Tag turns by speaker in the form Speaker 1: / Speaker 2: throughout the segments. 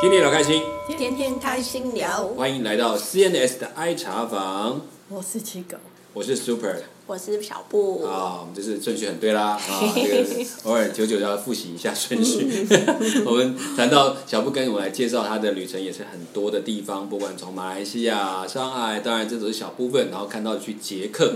Speaker 1: 天天聊开心，
Speaker 2: 天天开心聊。
Speaker 1: 欢迎来到 CNS 的 I 茶房，
Speaker 2: 我是七狗，
Speaker 1: 我是 Super
Speaker 2: 我是小布。
Speaker 1: 啊，我们就是顺序很对啦啊，这个偶尔久久要复习一下顺序。 我们谈到小布跟我来介绍他的旅程也是很多的地方，不管从马来西亚、上海，当然这只是小部分，然后看到去捷克。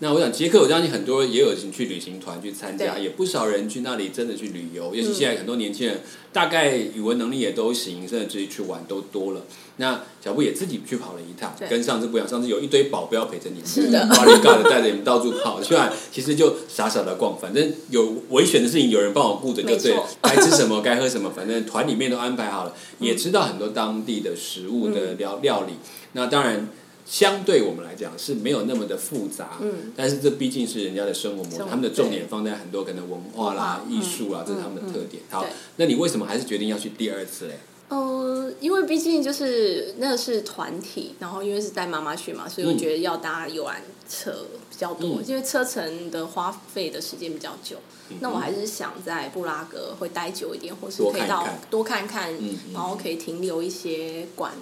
Speaker 1: 那我想捷克，我相信很多人也有去旅行团去参加，
Speaker 2: 对
Speaker 1: 也不少人去那里真的去旅游，尤其现在很多年轻人大概语文能力也都行，甚至去玩都多了。那小布也自己去跑了一趟，
Speaker 2: 对
Speaker 1: 跟上次不一样，上次有一堆保镖陪着你们，
Speaker 2: 是的
Speaker 1: 巴里嘎的带着你们到处跑，去然其实就傻傻的逛，反正有危险的事情有人帮我顾着就对
Speaker 2: 没
Speaker 1: 了
Speaker 2: 错，嗯
Speaker 1: 该吃什么该喝什么，反正团里面都安排 好了，也知道很多当地的食物的料料理。那当然。相对我们来讲是没有那么的复杂，
Speaker 2: 嗯
Speaker 1: 但是这毕竟是人家的生活模式
Speaker 2: 生，活
Speaker 1: 他们的重点放在很多可能文化啦、
Speaker 2: 文化嗯
Speaker 1: 艺术啊啦，这是他们的特点。好
Speaker 2: 对，
Speaker 1: 那你为什么还是决定要去第二次嘞？
Speaker 3: 嗯，因为毕竟就是那是团体，然后因为是带妈妈去嘛，所以我觉得要搭游览车比较多，
Speaker 1: 嗯
Speaker 3: 因为车程的花费的时间比较久。那我还是想在布拉格会待久一点，或是
Speaker 1: 多
Speaker 3: 可
Speaker 1: 看
Speaker 3: 以
Speaker 1: 一
Speaker 3: 到
Speaker 1: 看
Speaker 3: 多看看，
Speaker 1: 嗯嗯
Speaker 3: 然后可以停留一些馆，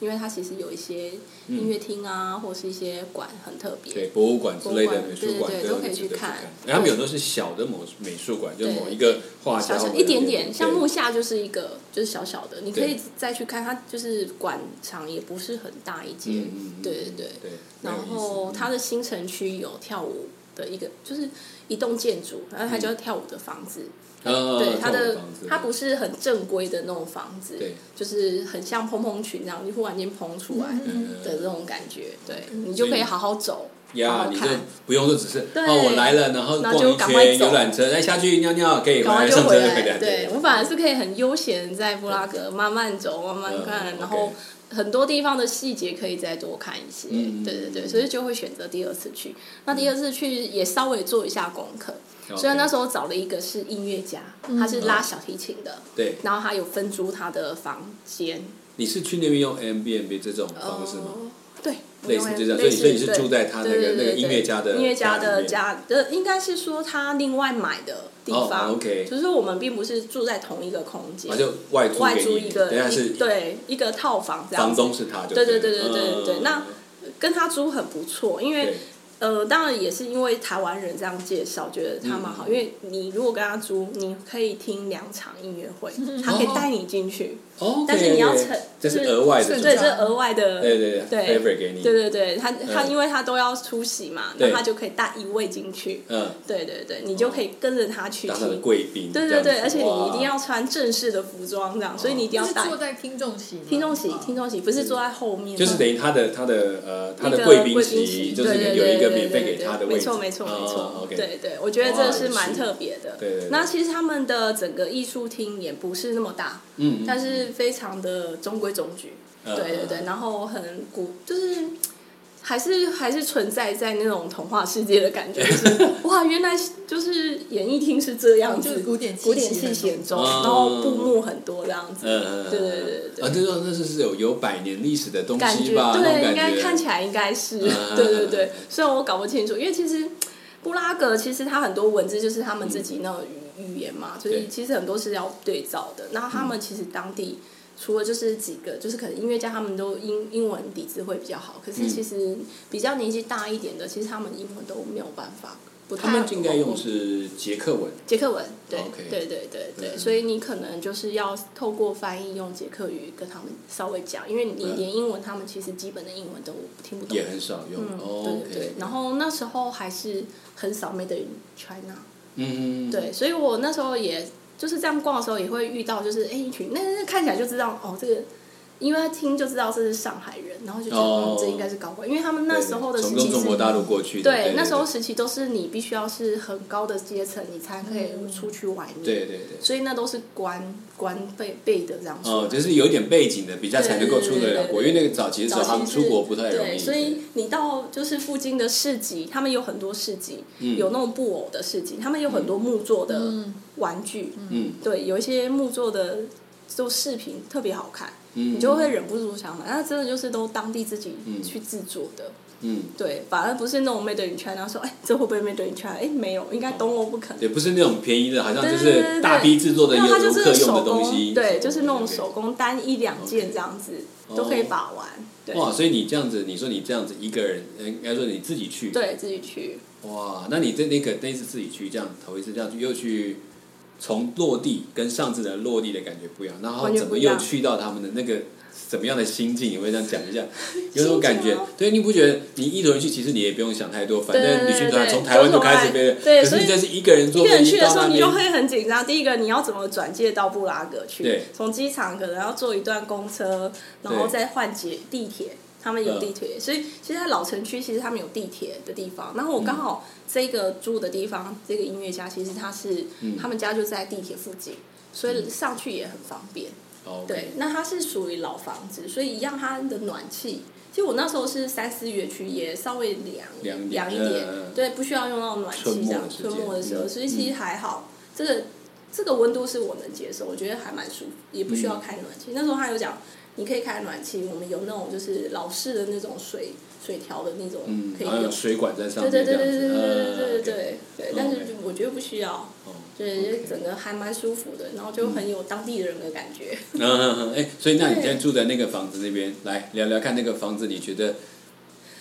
Speaker 3: 因为它其实有一些
Speaker 1: 嗯
Speaker 3: 音乐厅啊，或是一些馆很特别。
Speaker 1: 对博物馆之类
Speaker 3: 博
Speaker 1: 的
Speaker 3: 物馆
Speaker 1: 美术馆
Speaker 3: 对对对
Speaker 1: 都
Speaker 3: 都可以
Speaker 1: 值得
Speaker 3: 去看
Speaker 1: 然后他们有的是小的某美术馆，就
Speaker 3: 对
Speaker 1: 某一个画家
Speaker 3: 小
Speaker 1: 或
Speaker 3: 小
Speaker 1: 者
Speaker 3: 一点点，像
Speaker 1: 对嗯
Speaker 3: 木下就是一个就是小小的，你可
Speaker 1: 对
Speaker 3: 以再去看它，就是馆场也不是很大一间，
Speaker 1: 嗯嗯嗯
Speaker 3: 对对对。
Speaker 1: 对，
Speaker 3: 然后它
Speaker 1: 的
Speaker 3: 的新城区有跳舞的一个，就是一栋建筑，然后它叫跳舞的房子。
Speaker 1: 呃
Speaker 3: 对，它
Speaker 1: 的
Speaker 3: 的它不是很正规的那种房子，
Speaker 1: 对，
Speaker 3: 就是很像蓬蓬裙那样，就忽然间蓬出来
Speaker 1: 嗯
Speaker 3: 的这种感觉。对，你
Speaker 1: 所
Speaker 3: 就
Speaker 1: 以
Speaker 3: 可以好好走，好
Speaker 1: 呀
Speaker 3: 好，
Speaker 1: 你就
Speaker 3: 看。
Speaker 1: 不用说只是
Speaker 3: 对
Speaker 1: 哦我来了，然后
Speaker 3: 然
Speaker 1: 逛
Speaker 3: 后就
Speaker 1: 一
Speaker 3: 赶快
Speaker 1: 圈
Speaker 3: 走
Speaker 1: 游览车，再下去尿尿，可以
Speaker 3: 赶快
Speaker 1: 来
Speaker 3: 就
Speaker 1: 上车
Speaker 3: 回
Speaker 1: 就回来
Speaker 3: 来。对我反而是可以很悠闲在布拉格慢慢走、慢慢看，
Speaker 1: 嗯
Speaker 3: 然后
Speaker 1: OK
Speaker 3: 很多地方的细节可以再多看一些。
Speaker 1: 嗯
Speaker 3: 对对对，所以就会选择第二次去。那第二次去也稍微做一下功课，
Speaker 1: OK
Speaker 3: 所以那时候找了一个是音乐家，他是拉小提琴的，
Speaker 1: 对，
Speaker 3: 然后他有分租他的房间。
Speaker 1: 你是去那边用 M B N B 这种方式吗？
Speaker 3: 呃对，
Speaker 1: 类似这样，
Speaker 3: 类
Speaker 1: 所以
Speaker 3: 似
Speaker 1: 所以你是
Speaker 3: 对
Speaker 1: 住在他那个
Speaker 3: 对对
Speaker 1: 那
Speaker 3: 对
Speaker 1: 个
Speaker 3: 对
Speaker 1: 音乐家的
Speaker 3: 音乐家
Speaker 1: 里
Speaker 3: 的
Speaker 1: 面，
Speaker 3: 家，呃，应该是说他另外买的地
Speaker 1: 哦
Speaker 3: 方。
Speaker 1: ，OK
Speaker 3: 就是我们并不是住在同一个空间，
Speaker 1: 啊就外租
Speaker 3: 哦外
Speaker 1: 给
Speaker 3: 租
Speaker 1: 你
Speaker 3: 一个，
Speaker 1: 等一下是
Speaker 3: 一对一个套房这样
Speaker 1: 房
Speaker 3: 子，
Speaker 1: 东是他就
Speaker 3: 对
Speaker 1: 对
Speaker 3: 对对对对
Speaker 1: 了
Speaker 3: 对
Speaker 1: 嗯
Speaker 3: 那跟他租很不错，因为
Speaker 1: 对
Speaker 3: 呃，当然也是因为台湾人这样介绍，觉得他蛮好、
Speaker 1: 嗯
Speaker 3: 因为你如果跟他租，你可以听两场音乐会，他可以带你进去，
Speaker 1: 哦，
Speaker 3: 但是你要承
Speaker 1: 这是
Speaker 3: 就是
Speaker 1: 额外的，
Speaker 2: 是
Speaker 3: 对，
Speaker 2: 这
Speaker 3: 这额外的
Speaker 1: 对对
Speaker 3: 呃对
Speaker 1: favor 给你，
Speaker 3: 对对对，他他
Speaker 1: 嗯
Speaker 3: 因为他都要出席嘛，
Speaker 1: 对
Speaker 3: 那他就可以带一位进去，
Speaker 1: 嗯，
Speaker 3: 对对对，你就可以跟着他去
Speaker 1: 当他的
Speaker 3: 听。
Speaker 1: 贵宾，
Speaker 3: 对
Speaker 1: 这
Speaker 3: 对
Speaker 1: 样子
Speaker 3: 对，而且你一定，要
Speaker 1: 哇
Speaker 3: 穿正式的服装，这样，所以你一定要
Speaker 2: 就是
Speaker 3: 带
Speaker 2: 坐在听众席吗，
Speaker 3: 听众席，听
Speaker 2: 众
Speaker 3: 众席不是坐在后面，
Speaker 1: 就是等于他的他的呃他
Speaker 3: 一
Speaker 1: 的
Speaker 3: 个
Speaker 1: 贵
Speaker 3: 贵宾
Speaker 1: 席，
Speaker 3: 席
Speaker 1: 就是
Speaker 3: 对
Speaker 1: 有一个
Speaker 3: 对对
Speaker 1: 免费给
Speaker 3: 对
Speaker 1: 他的位
Speaker 3: 对
Speaker 1: 置，
Speaker 3: 没错没错没
Speaker 1: 哦
Speaker 3: 错，
Speaker 1: ，OK
Speaker 3: 对对，我觉得
Speaker 1: 哇
Speaker 3: 这是蛮
Speaker 1: 是
Speaker 3: 特别的。
Speaker 1: 对对对
Speaker 3: 那其实他们的整个艺术厅也不是那么大，
Speaker 1: 嗯，嗯
Speaker 3: 但是非常的中规中矩，
Speaker 1: 嗯
Speaker 3: 对对
Speaker 1: 嗯
Speaker 3: 对，然后很古，就是还是还是存在在那种童话世界的感 觉，就是哇，原来是就是演艺厅是这样
Speaker 2: 就
Speaker 3: 子，
Speaker 2: 是古典
Speaker 3: 古典
Speaker 2: 气息
Speaker 3: 戏
Speaker 2: 很
Speaker 3: 显
Speaker 2: 重
Speaker 3: 重，
Speaker 1: 嗯
Speaker 3: 然后布幕很多这样子，
Speaker 1: 嗯嗯，
Speaker 3: 对对对对
Speaker 1: 啊，这种那是是有有百年历史的东
Speaker 3: 感
Speaker 1: 西
Speaker 3: 觉
Speaker 1: 吧，那种
Speaker 3: 对，
Speaker 1: 感
Speaker 3: 应该
Speaker 1: 觉，
Speaker 3: 看起来应该是，
Speaker 1: 嗯
Speaker 3: 对对对。虽然我搞不清楚，因为其实布拉格其实它很多文字就是他们自己那种语、语言嘛，
Speaker 1: 嗯
Speaker 3: 所
Speaker 1: 对嗯
Speaker 3: 以其实很多是要对照的。那他们其实当地除了就是几个，就是可能音乐家他们都英英文底子会比较好，可
Speaker 1: 嗯
Speaker 3: 是其实比较年纪大一点的，其实他们英文都没有办法，不太
Speaker 1: 他们应该用是捷克文，
Speaker 3: 捷克文，对
Speaker 1: OK
Speaker 3: 对对对
Speaker 1: 嗯
Speaker 3: 对，所以你可能就是要透过翻译用捷克语跟他们稍微讲，因为你
Speaker 1: 嗯
Speaker 3: 连英文，他们其实基本的英文都听不懂
Speaker 1: 也。很少用
Speaker 3: 嗯，
Speaker 1: 哦
Speaker 3: 对对对
Speaker 1: ，OK，。
Speaker 3: 然后那时候还是很少 Made in China，
Speaker 1: 嗯，嗯，嗯，
Speaker 3: 对，所以我那时候也就是这样逛的时候也会遇到，就是哎一群那那看起来就知道哦这个。因为听就知道这是上海人，然后就觉得、
Speaker 1: 哦
Speaker 3: 嗯、这应该是高官，因为他们那时候的时
Speaker 1: 从
Speaker 3: 期
Speaker 1: 中
Speaker 3: 是
Speaker 1: 中国大陆过去的，
Speaker 3: 对，那时候时期都是你必须要是很高的阶层，你才可以出去外面。
Speaker 1: 对对对。
Speaker 3: 所以那都是官官被被的这样说。
Speaker 1: 哦，就是有点背景的，比较才能够出得了国，因为
Speaker 3: 对对对对
Speaker 1: 那个早期的时候，他
Speaker 3: 早
Speaker 1: 们
Speaker 3: 期是
Speaker 1: 出国不太容易。
Speaker 3: 对，所以你到就是附近的市集，他们有很多市集，
Speaker 1: 嗯
Speaker 3: 有那种布偶的市集，他们有很多木做的玩具，
Speaker 1: 嗯
Speaker 3: 对，有一些木做的就饰品特别好看，
Speaker 1: 嗯，
Speaker 3: 你就会忍不住想买。那真的就是都当地自己
Speaker 1: 嗯
Speaker 3: 去制作的，
Speaker 1: 嗯，
Speaker 3: 对，反而不是那种 Made in China，说哎、这会不会 Made in China？哎、没有，应该东欧不可能。
Speaker 1: 也不是那种便宜的，好像就
Speaker 3: 对对对
Speaker 1: 是
Speaker 3: 对
Speaker 1: 大批制作的游
Speaker 3: 没有，它就
Speaker 1: 游客
Speaker 3: 是
Speaker 1: 用
Speaker 3: 手
Speaker 1: 的东
Speaker 3: 工，
Speaker 1: 西，
Speaker 3: 对，就是那种
Speaker 1: OK
Speaker 3: 手工单一两件这样子都可以把玩。对
Speaker 1: 哦哇，所以你这样子，你说你这样子一个人，呃应该说你自己去，
Speaker 3: 对，自己去。
Speaker 1: 哇，那你这那个那一次自己去这样头一次这样去，又去从落地跟上次的落地的感觉不一样，然后
Speaker 3: 完全
Speaker 1: 怎么
Speaker 3: 不一样
Speaker 1: 又去到他们的那个怎么样的心境，有没有这样讲一下？有
Speaker 3: 境
Speaker 1: 种
Speaker 3: 啊
Speaker 1: 感觉，对，你不觉得你一个人去，其实你也不用想太多，反
Speaker 3: 对
Speaker 1: 正
Speaker 3: 对
Speaker 1: 旅行团
Speaker 3: 对
Speaker 1: 从台湾就开始飞了，
Speaker 3: 对
Speaker 1: 可是
Speaker 3: 所以
Speaker 1: 你这是一个人
Speaker 3: 一
Speaker 1: 坐
Speaker 3: 个
Speaker 1: 飞
Speaker 3: 人去
Speaker 1: 机
Speaker 3: 的
Speaker 1: 到
Speaker 3: 时候，
Speaker 1: 那
Speaker 3: 你就
Speaker 1: 边，
Speaker 3: 会很紧张。第一个，你要怎么转借到布拉格去
Speaker 1: 对？
Speaker 3: 从机场可能要坐一段公车，然后
Speaker 1: 对嗯
Speaker 3: 再换捷地铁。他们有地铁，所以其实，在老城区其实他们有地铁的地方。然后我刚好这个住的地方，这个音乐家其实他是、
Speaker 1: 嗯
Speaker 3: 他们家就在地铁附近，所以上去也很方便。
Speaker 1: 哦，OK，
Speaker 3: 对，那它是属于老房子，所以一样它的暖气。其实我那时候是三四月去，也稍微凉
Speaker 1: 凉一点
Speaker 3: 一
Speaker 1: 嗯
Speaker 3: 点
Speaker 1: 嗯嗯，
Speaker 3: 对，不需要用到暖
Speaker 1: 春
Speaker 3: 气
Speaker 1: 末
Speaker 3: 这样
Speaker 1: 的。时
Speaker 3: 春末的
Speaker 1: 间
Speaker 3: 时候，
Speaker 1: 嗯
Speaker 3: 所以其实还好，这个这个温度是我能接受，我觉得还蛮舒服，也不需要开暖气。那时候他有讲，你可以开暖气，我们有那种就是老式的那种水水条的那种
Speaker 1: 嗯，
Speaker 3: 可以
Speaker 1: 然后
Speaker 3: 用
Speaker 1: 有。水管在上
Speaker 3: 对
Speaker 1: 面
Speaker 3: 对
Speaker 1: 这样
Speaker 3: 对对对
Speaker 1: 子，
Speaker 3: 对对对对
Speaker 1: 嗯，OK，
Speaker 3: 对对
Speaker 1: 嗯，
Speaker 3: 但是
Speaker 1: OK
Speaker 3: 就我觉得不需要，
Speaker 1: 哦
Speaker 3: 对，
Speaker 1: OK
Speaker 3: 整个还蛮舒服的，然后就很有当地人的感觉。
Speaker 1: 嗯嗯嗯，哎，所以那你
Speaker 3: 对
Speaker 1: 现在住在那个房子那边，来聊聊看那个房子，你觉得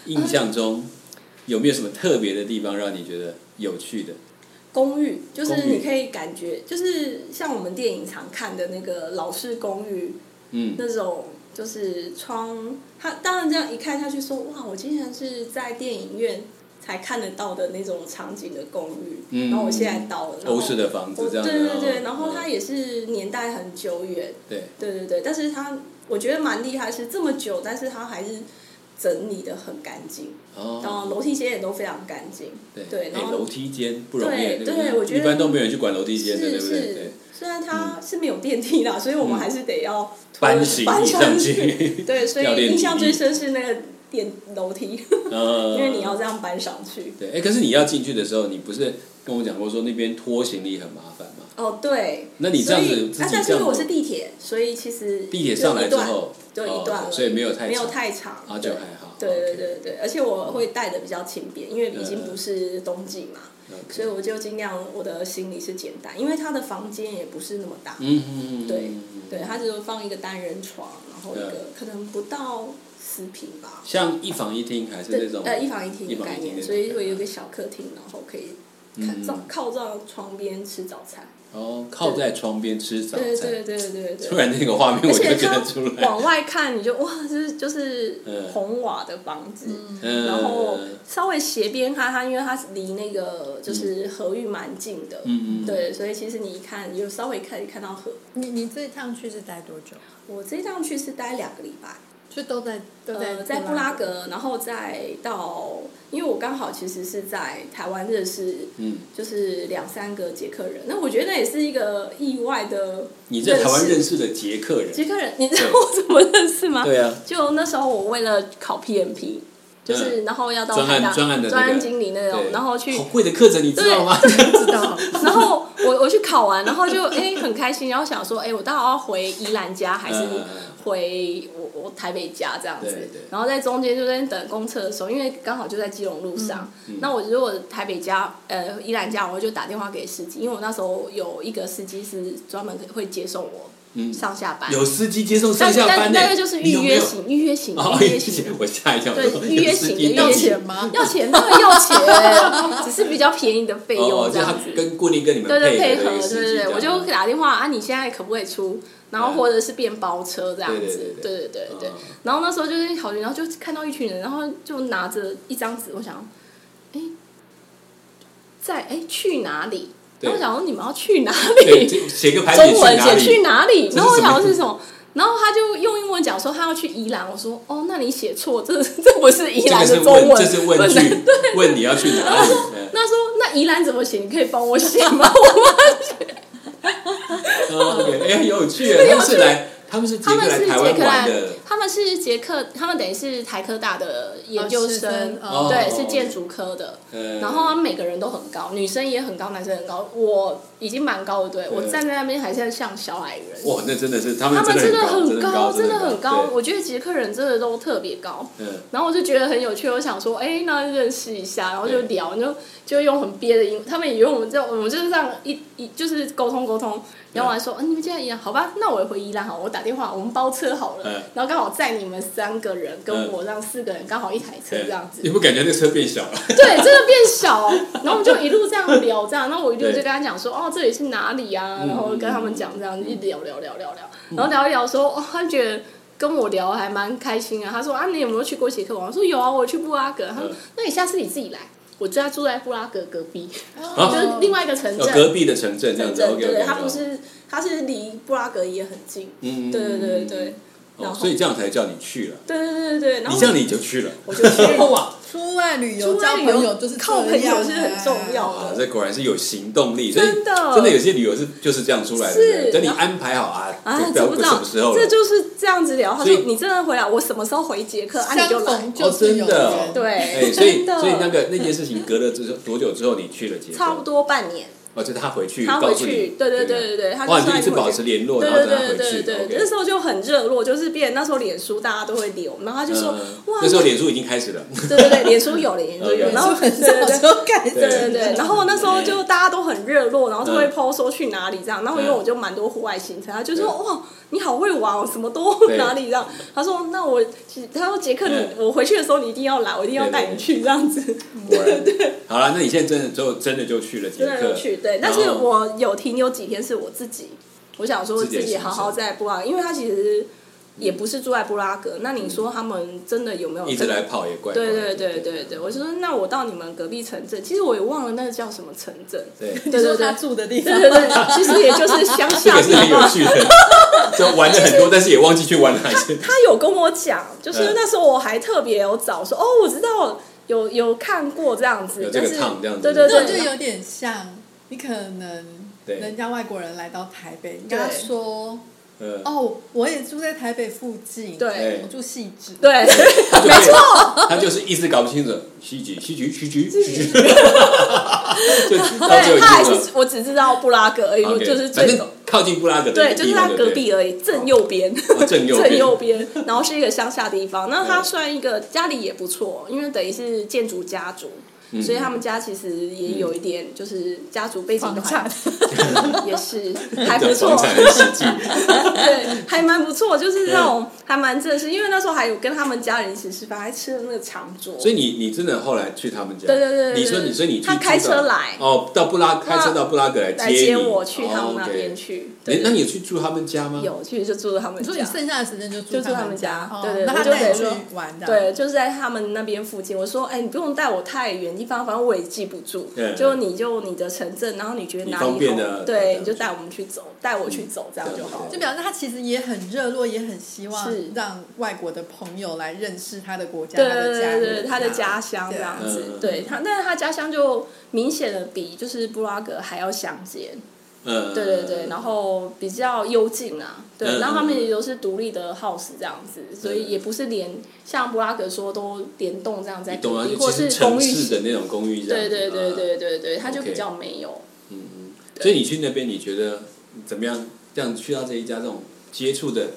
Speaker 1: 印象中有没有什么特别的地方让你觉得有趣的？
Speaker 3: 公寓，就是
Speaker 1: 公寓
Speaker 3: 你可以感觉，就是像我们电影常看的那个老式公寓
Speaker 1: 嗯，
Speaker 3: 那种，就是窗，它当然这样一看下去说，哇，我竟然是在电影院才看得到的那种场景的公寓，
Speaker 1: 嗯
Speaker 3: 然后我现在到了，然后
Speaker 1: 欧式的房子
Speaker 3: 我
Speaker 1: 这样子，
Speaker 3: 对对对，然后
Speaker 1: 嗯
Speaker 3: 它也是年代很久远，
Speaker 1: 对，
Speaker 3: 对对对，但是它我觉得蛮厉害，是这么久，但是它还是整理的很干净，然
Speaker 1: 哦，
Speaker 3: 后楼梯间也都非常干净，
Speaker 1: 对，
Speaker 3: 对然
Speaker 1: 哎
Speaker 3: 后
Speaker 1: 楼梯间不容易，
Speaker 3: 对
Speaker 1: 那个
Speaker 3: 对我觉得
Speaker 1: 一般都没有人去管楼梯间的，对
Speaker 3: 是
Speaker 1: 不对？
Speaker 3: 是
Speaker 1: 对，，嗯
Speaker 3: 虽然它是没有电梯啦，所以我们还是得要拖
Speaker 1: 搬行李上
Speaker 3: 搬 去。
Speaker 1: 去，
Speaker 3: 对，所
Speaker 1: 要练
Speaker 3: 以
Speaker 1: 体
Speaker 3: 印象
Speaker 1: 力
Speaker 3: 最深是那个电楼梯，
Speaker 1: 因
Speaker 3: 因为你要这样搬上去。
Speaker 1: 嗯对，哎，可是你要进去的时候，你不是跟我讲过说那边拖行李很麻烦吗？
Speaker 3: 哦，对。
Speaker 1: 那你这样子
Speaker 3: 所以
Speaker 1: 自己
Speaker 3: 啊，但
Speaker 1: 这
Speaker 3: 是
Speaker 1: 样
Speaker 3: 因为我
Speaker 1: 子
Speaker 3: 是地铁，所以其实
Speaker 1: 地铁上来之后，
Speaker 3: 就一段
Speaker 1: 哦
Speaker 3: 就一段了
Speaker 1: 所以没有太
Speaker 3: 没有
Speaker 1: 长
Speaker 3: 太长，
Speaker 1: 啊就
Speaker 3: 对
Speaker 1: 还好
Speaker 3: 对对
Speaker 1: OK
Speaker 3: 对对，而且我会带的比较轻便，因为已经
Speaker 1: 嗯
Speaker 3: 不是冬季嘛，
Speaker 1: OK
Speaker 3: 所以我就尽量我的行李是简单，因为它的房间也不是那么大。
Speaker 1: 嗯嗯嗯，
Speaker 3: 对
Speaker 1: 嗯嗯
Speaker 3: 对，它只有放一个单人床，然后一
Speaker 1: 对
Speaker 3: 个可能不到十平吧，
Speaker 1: 像一房一厅还是那
Speaker 3: 对，
Speaker 1: 种，
Speaker 3: 呃，一房一厅
Speaker 1: 一
Speaker 3: 的
Speaker 1: 房一
Speaker 3: 概
Speaker 1: 厅
Speaker 3: 念，
Speaker 1: 那
Speaker 3: 所以
Speaker 1: 种
Speaker 3: 会有一个小客厅，然后可以看
Speaker 1: 嗯
Speaker 3: 照靠照窗边吃早餐。
Speaker 1: 哦，靠在窗边吃早
Speaker 3: 对
Speaker 1: 餐。
Speaker 3: 对对对
Speaker 1: 突
Speaker 3: 对。
Speaker 1: 然那个画面
Speaker 3: 而
Speaker 1: 我就
Speaker 3: 且
Speaker 1: 觉得出
Speaker 3: 它
Speaker 1: 来，
Speaker 3: 往外看，你就哇，就是就是
Speaker 1: 嗯
Speaker 3: 红瓦的房子，
Speaker 1: 嗯，
Speaker 3: 然后稍微斜边看它，因为它离那个就是河域蛮近的，
Speaker 1: 嗯嗯
Speaker 3: 对，所以其实你一看，你就稍微可以看到河。
Speaker 2: 你你这一趟去是待多久？
Speaker 3: 我这趟去是待两个礼拜，
Speaker 2: 就都在
Speaker 1: 啊
Speaker 2: 都
Speaker 3: 呃，在布拉格，然后再到，因为我刚好其实是在台湾认识，
Speaker 1: 嗯，
Speaker 3: 就是两三个捷克人，那我觉得那也是一个意外的。
Speaker 1: 你在台湾认识的捷克人，
Speaker 3: 捷克人，你知道我怎么认识吗？
Speaker 1: 对啊，
Speaker 3: 就那时候我为了考 PMP，就是、然后要到
Speaker 1: 嗯专案
Speaker 3: 海大
Speaker 1: 专案的那个
Speaker 3: 经理那种
Speaker 1: 对，
Speaker 3: 然后 去
Speaker 1: 好贵的课程你知道吗？
Speaker 2: 知 道，
Speaker 3: 然后我我去考完，然后就哎、很开心，然后想说哎、我到底要回宜兰家还是
Speaker 1: 嗯嗯嗯
Speaker 3: 回我我台北家这样子
Speaker 1: 对对？
Speaker 3: 然后在中间就在等公车的时候，因为刚好就在基隆路上，
Speaker 1: 嗯
Speaker 3: 那我如果台北家呃宜兰家，我就打电话给司机，因为我那时候有一个司机是专门会接送我
Speaker 1: 嗯，
Speaker 3: 上下 班，
Speaker 1: 有司机接送上
Speaker 3: 但
Speaker 1: 下班
Speaker 3: 但
Speaker 1: 呢，
Speaker 3: 那个就是
Speaker 1: 你有
Speaker 3: 预
Speaker 1: 没
Speaker 3: 约
Speaker 1: 有
Speaker 3: 型，预约型，
Speaker 1: 哦，
Speaker 3: 预约
Speaker 1: 预
Speaker 3: 型。
Speaker 1: 约我吓一跳，
Speaker 3: 对
Speaker 1: 我说
Speaker 3: 预约
Speaker 1: 有司
Speaker 3: 型
Speaker 1: 机
Speaker 3: 的
Speaker 2: 要
Speaker 1: 到
Speaker 3: 预约
Speaker 1: 底
Speaker 3: 型
Speaker 2: 钱吗？
Speaker 3: 要钱，当然要钱，只是比较便宜的费
Speaker 1: 哦
Speaker 3: 用
Speaker 1: 哦，就
Speaker 3: 这样
Speaker 1: 他
Speaker 3: 子。
Speaker 1: 跟固定跟你们
Speaker 3: 对对，
Speaker 1: 配合
Speaker 3: 配合，
Speaker 1: 的一个
Speaker 3: 对
Speaker 1: 司
Speaker 3: 对
Speaker 1: 机
Speaker 3: 对，我
Speaker 1: 这样哦嗯
Speaker 3: 就打电话啊，你现在可不可以出？然后或者是变包车这样子，
Speaker 1: 对对
Speaker 3: 对对对
Speaker 1: 对
Speaker 3: 对
Speaker 1: 嗯。
Speaker 3: 然后那时候就是考虑，然后就看到一群人，然后就拿着一张纸，我想，哎，在哎去哪里？
Speaker 1: 对
Speaker 3: 然后我想说你们要去哪
Speaker 1: 对
Speaker 3: 里？
Speaker 1: 就写个牌子
Speaker 3: 中文写去
Speaker 1: 哪
Speaker 3: 哪里？
Speaker 1: 这是
Speaker 3: 然后我
Speaker 1: 什么
Speaker 3: 想说是什么？然后他就用英文讲说他要去宜兰，我说哦，那你写错，这这不是 宜
Speaker 1: 里？这
Speaker 3: 兰
Speaker 1: 个
Speaker 3: 的
Speaker 1: 是
Speaker 3: 中文，
Speaker 1: 问，这是问
Speaker 3: 不
Speaker 1: 句，问你要去哪里？嗯
Speaker 3: 那说那宜兰怎么写？你可以帮我写 吗？
Speaker 1: 哦，OK，哎，很有趣啊！他们是来，他们是捷
Speaker 3: 他
Speaker 1: 克
Speaker 3: 们
Speaker 1: 来
Speaker 3: 是
Speaker 1: 台
Speaker 3: 捷
Speaker 1: 湾
Speaker 3: 克
Speaker 1: 玩
Speaker 3: 兰
Speaker 1: 的，，
Speaker 3: 他他们是捷克，他们等于是台科大的研究
Speaker 2: 师
Speaker 3: 生
Speaker 2: 生，哦
Speaker 3: 对，是建筑科的。
Speaker 1: 呃，
Speaker 3: 然后他们每个人都很高，女生也很高，男生也很高。我已经蛮高的，对我站在那边还是像小矮人。
Speaker 1: 哇，那真的是他们
Speaker 3: 他们
Speaker 1: 真
Speaker 3: 真
Speaker 1: 的
Speaker 3: 的
Speaker 1: 很
Speaker 3: 很
Speaker 1: 高，
Speaker 3: 高，
Speaker 1: 真
Speaker 3: 真
Speaker 1: 的
Speaker 3: 的
Speaker 1: 很
Speaker 3: 很高。
Speaker 1: 对
Speaker 3: 我觉得捷克人真的都特别高。
Speaker 1: 嗯，
Speaker 3: 然后我就觉得很有趣，我想说，哎、那认识一下，然后就聊，就就用很憋的英文，他们也用我们这样，我们就是这样一一就是沟通沟通，聊完说，啊，你们既然一样，好吧，那我也回宜兰好，我打电话，我们包车好了，
Speaker 1: 嗯
Speaker 3: 然后刚好载你们三个人
Speaker 1: 嗯
Speaker 3: 跟我让四个人，刚好一台车这样子，
Speaker 1: 你不感觉那车变小了？
Speaker 3: 对，真的变小，然后我们就一路这样聊，这样，然后我一路就跟他讲说，哦，这里是哪里啊，
Speaker 1: 嗯
Speaker 3: 然后跟他们讲这样，一聊聊聊聊聊，然后聊一聊说，哦，他觉得。跟我聊还蛮开心啊，他说啊，你有没有去过捷克玩？我说有啊，我去布拉格。他说
Speaker 1: 嗯
Speaker 3: 那你下次你自己来，我家住在布拉格隔壁，
Speaker 2: 哦
Speaker 1: 啊
Speaker 3: 就是另外一个城
Speaker 1: 哦
Speaker 3: 镇。，
Speaker 1: 隔壁的城镇这样
Speaker 3: 城
Speaker 1: 子
Speaker 3: 镇
Speaker 1: ，OK
Speaker 3: 对对，
Speaker 1: OK，
Speaker 3: 他不是，他是离布拉格也很近。
Speaker 1: 嗯，嗯嗯嗯
Speaker 3: 对对对对
Speaker 1: 哦
Speaker 3: 然后
Speaker 1: 所以这样才叫你去了，
Speaker 3: 对对对对，然后
Speaker 1: 你这样你就去了，
Speaker 3: 我就去
Speaker 1: 哇，
Speaker 2: 出外旅游
Speaker 3: 出外
Speaker 2: 交
Speaker 3: 旅
Speaker 2: 朋
Speaker 3: 游
Speaker 2: 友就是
Speaker 3: 靠
Speaker 2: 这
Speaker 3: 朋友
Speaker 2: 样
Speaker 3: 是很重要
Speaker 2: 啊
Speaker 1: 啊，这果然是有行动力，所以
Speaker 3: 真的
Speaker 1: 真的有些旅游是就是这样出来的，
Speaker 3: 是
Speaker 1: 对不对等你
Speaker 3: 然后
Speaker 1: 安排好啊，
Speaker 3: 啊，
Speaker 1: 就
Speaker 3: 知
Speaker 1: 不要
Speaker 3: 不知
Speaker 1: 什
Speaker 3: 道
Speaker 1: 么时候了
Speaker 3: 这就是这样子聊。他
Speaker 1: 所以
Speaker 3: 说你真的回来，我什么时候回捷克啊？你就
Speaker 2: 相
Speaker 3: 来
Speaker 2: 逢。就是有
Speaker 1: 哦真的哦
Speaker 2: 缘，
Speaker 3: 对
Speaker 1: 哎，所以
Speaker 3: 真的
Speaker 1: 所以那个那件事情隔了之后多久之后你去了捷克？
Speaker 3: 差不多半年，
Speaker 1: 哦，就他回去
Speaker 3: 他
Speaker 1: 告
Speaker 3: 回
Speaker 1: 诉你，啊
Speaker 3: 去，对对对对对，他
Speaker 1: 哇，
Speaker 3: 就
Speaker 1: 你就一直
Speaker 3: 说
Speaker 1: 保
Speaker 3: 回
Speaker 1: 持
Speaker 3: 去。
Speaker 1: 联络，
Speaker 3: 对
Speaker 1: 然后
Speaker 3: 对
Speaker 1: 等他回
Speaker 3: 对
Speaker 1: 去
Speaker 3: 对对对，
Speaker 1: ，OK
Speaker 3: 那时候就很热络，就是变那时候脸书大家都会留，然后他就说
Speaker 1: 嗯
Speaker 3: 哇，
Speaker 1: 那时候哦脸书已经开始 了，
Speaker 3: 对对对，脸书 有脸书有，
Speaker 1: OK
Speaker 3: 然后对
Speaker 2: 很
Speaker 3: 对
Speaker 2: 早
Speaker 3: 对。
Speaker 2: 就开始
Speaker 1: 对
Speaker 3: 对对对，然后那时候就大家都很热络，然后就会
Speaker 1: 嗯
Speaker 3: PO 说去哪里这样，然后因为
Speaker 1: 嗯
Speaker 3: 我就蛮多户外行程，他就说
Speaker 1: 嗯
Speaker 3: 哇你好会玩哦，什么都
Speaker 1: 对
Speaker 3: 哪里这样，他说那我其他说杰克你
Speaker 1: 嗯
Speaker 3: 我回去的时候你一定要来，我一定要
Speaker 1: 对对
Speaker 3: 带你去这样子，
Speaker 1: 果然。好了，那你现在真的就真的就去了捷
Speaker 3: 真的
Speaker 1: 克
Speaker 3: 有，去对，但是我有停有几天是我自己，我想说
Speaker 1: 自己的
Speaker 3: 自己
Speaker 1: 行程
Speaker 3: 好好在布拉格，因为他其实也不是住在布拉格，那你说他们真的有没有
Speaker 1: 一直
Speaker 3: 这个
Speaker 1: 来跑也怪怪
Speaker 3: 对
Speaker 1: 的。
Speaker 3: 对对对对，我就说那我到你们隔壁城镇，其实我也忘了那个叫什么城镇。
Speaker 1: 对，
Speaker 3: 对
Speaker 2: 你
Speaker 3: 对
Speaker 2: 说
Speaker 3: 对
Speaker 2: 他住的地
Speaker 3: 对
Speaker 2: 方，
Speaker 3: 对对，其实也就是乡
Speaker 1: 这
Speaker 3: 下
Speaker 1: 个是很
Speaker 3: 地
Speaker 1: 有
Speaker 3: 方。
Speaker 1: 趣的， 就玩了 很多，但是也忘记去玩哪些。
Speaker 3: 他有跟我讲，就是
Speaker 1: 嗯
Speaker 3: 那时候我还特别有找说，哦，我知道有有看过这样子
Speaker 1: 有，这
Speaker 3: 但
Speaker 1: 个
Speaker 3: 是
Speaker 1: 烫这样子
Speaker 3: 对对
Speaker 2: 那我
Speaker 3: 对，
Speaker 2: 就
Speaker 3: 然后
Speaker 2: 有点像，你可能
Speaker 1: 对
Speaker 2: 人家外国人来到台北，你跟他
Speaker 3: 对
Speaker 2: 说
Speaker 1: 嗯，
Speaker 2: 哦，我也住在台北附近，
Speaker 1: 哎
Speaker 3: 对
Speaker 2: 我住汐止，
Speaker 3: 对，
Speaker 1: 没错， 他就是一直搞不清楚，西局西局西局西局，就 到最后
Speaker 3: 对
Speaker 1: 已
Speaker 3: 他还
Speaker 1: 经了
Speaker 3: 是。我只知道布拉格而已，我
Speaker 1: OK，
Speaker 3: 就是
Speaker 1: 反
Speaker 3: 最
Speaker 1: 正靠近布拉格的
Speaker 3: 对，
Speaker 1: 一个
Speaker 3: 就是
Speaker 1: 地
Speaker 3: 它
Speaker 1: 方
Speaker 3: 隔壁而已，正右边，
Speaker 1: 哦正右边
Speaker 3: 正右边，然后是一个乡下地方。那它
Speaker 1: 嗯
Speaker 3: 算一个家里也不错，因为等于是建筑家族，
Speaker 1: 嗯
Speaker 3: 所以他们家其实也有一点就是家族背景都
Speaker 2: 房
Speaker 3: 还
Speaker 2: 产
Speaker 3: 也是
Speaker 1: 对
Speaker 3: 还
Speaker 1: 不对
Speaker 3: 不
Speaker 1: 房
Speaker 3: 错，
Speaker 1: 产很实际，
Speaker 3: 对，还蛮不错，
Speaker 1: 嗯
Speaker 3: 就是那种还蛮正式。因为那时候还有跟他们家人一起吃饭，还吃了那个长桌。
Speaker 1: 所以你你真的后来去他们家，
Speaker 3: 对对对对对
Speaker 1: 你说你所以你去
Speaker 3: 他开
Speaker 1: 住到
Speaker 3: 车来
Speaker 1: 哦，到布拉开车到布拉格来
Speaker 3: 来
Speaker 1: 接
Speaker 3: 接
Speaker 1: 你
Speaker 3: 我去他
Speaker 1: 哦
Speaker 3: 们那
Speaker 1: OK
Speaker 3: 边去，
Speaker 1: 你
Speaker 3: 对
Speaker 1: 那你有去住他们家吗？
Speaker 3: 有去就住他们
Speaker 2: 你
Speaker 3: 家
Speaker 2: 说。你剩下的时间就
Speaker 3: 就住
Speaker 2: 他
Speaker 3: 他们家
Speaker 2: 哦
Speaker 3: 对对
Speaker 2: 那他
Speaker 3: 我就
Speaker 2: 带你
Speaker 3: 等于说
Speaker 2: 去玩的，，
Speaker 3: 对，就是在他们那边附近。我说，哎、你不用带我太远地方，反正我也记不住。
Speaker 1: 对
Speaker 3: 就你就你的城镇，然后你觉得
Speaker 1: 嗯
Speaker 3: 哪
Speaker 1: 你方
Speaker 3: 里
Speaker 1: 便
Speaker 3: 好
Speaker 1: 的，
Speaker 3: 对，
Speaker 1: 对
Speaker 3: 你就带我们去走，带我去走，这样
Speaker 1: 对
Speaker 3: 就好了
Speaker 2: 就。表示他其实也很热络，也很希望
Speaker 3: 是
Speaker 2: 让外国的朋友来认识他的国家，
Speaker 3: 对
Speaker 2: 他的家
Speaker 3: 对对，
Speaker 2: 人
Speaker 3: 他的家乡这
Speaker 2: 对啊
Speaker 3: 样
Speaker 1: 嗯
Speaker 3: 子，对他，但是他家乡就明显的比就是布拉格还要乡间，
Speaker 1: 嗯，
Speaker 3: 对对对，然后比较幽静啊，
Speaker 1: 嗯
Speaker 3: 对，然后他们也都是独立的 house 这样子，所以也不是连像布拉格说都联动这样在
Speaker 1: 你懂
Speaker 3: 独
Speaker 1: 啊，
Speaker 3: 立，
Speaker 1: 就
Speaker 3: 或
Speaker 1: 其
Speaker 3: 是
Speaker 1: 实
Speaker 3: 公
Speaker 1: 城
Speaker 3: 寓
Speaker 1: 市
Speaker 3: 型，
Speaker 1: 的那种公寓这样子，
Speaker 3: 对对对
Speaker 1: 啊。
Speaker 3: 对对对，他就
Speaker 1: OK
Speaker 3: 比较没有。
Speaker 1: 所以你去那边，你觉得怎么样？这样去到这一家这种接触的，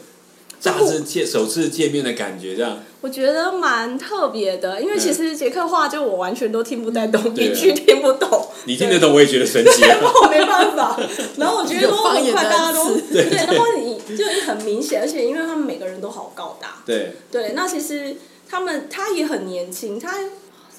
Speaker 1: 乍次见首次见面的感觉，这样
Speaker 3: 我觉得蛮特别的，因为其实捷克话就我完全都听不太懂，
Speaker 1: 嗯对啊
Speaker 3: 一句听不懂，
Speaker 1: 你听得懂，我也觉得神奇啊。
Speaker 3: 我没办法。然后我觉得
Speaker 2: 有
Speaker 3: 我
Speaker 2: 方
Speaker 3: 很
Speaker 2: 言
Speaker 3: 快
Speaker 2: 的
Speaker 3: 大家都
Speaker 2: 词
Speaker 3: 对，然后你就很明显，而且因为他们每个人都好高大，
Speaker 1: 对，
Speaker 3: 对，那其实他们他也很年轻，他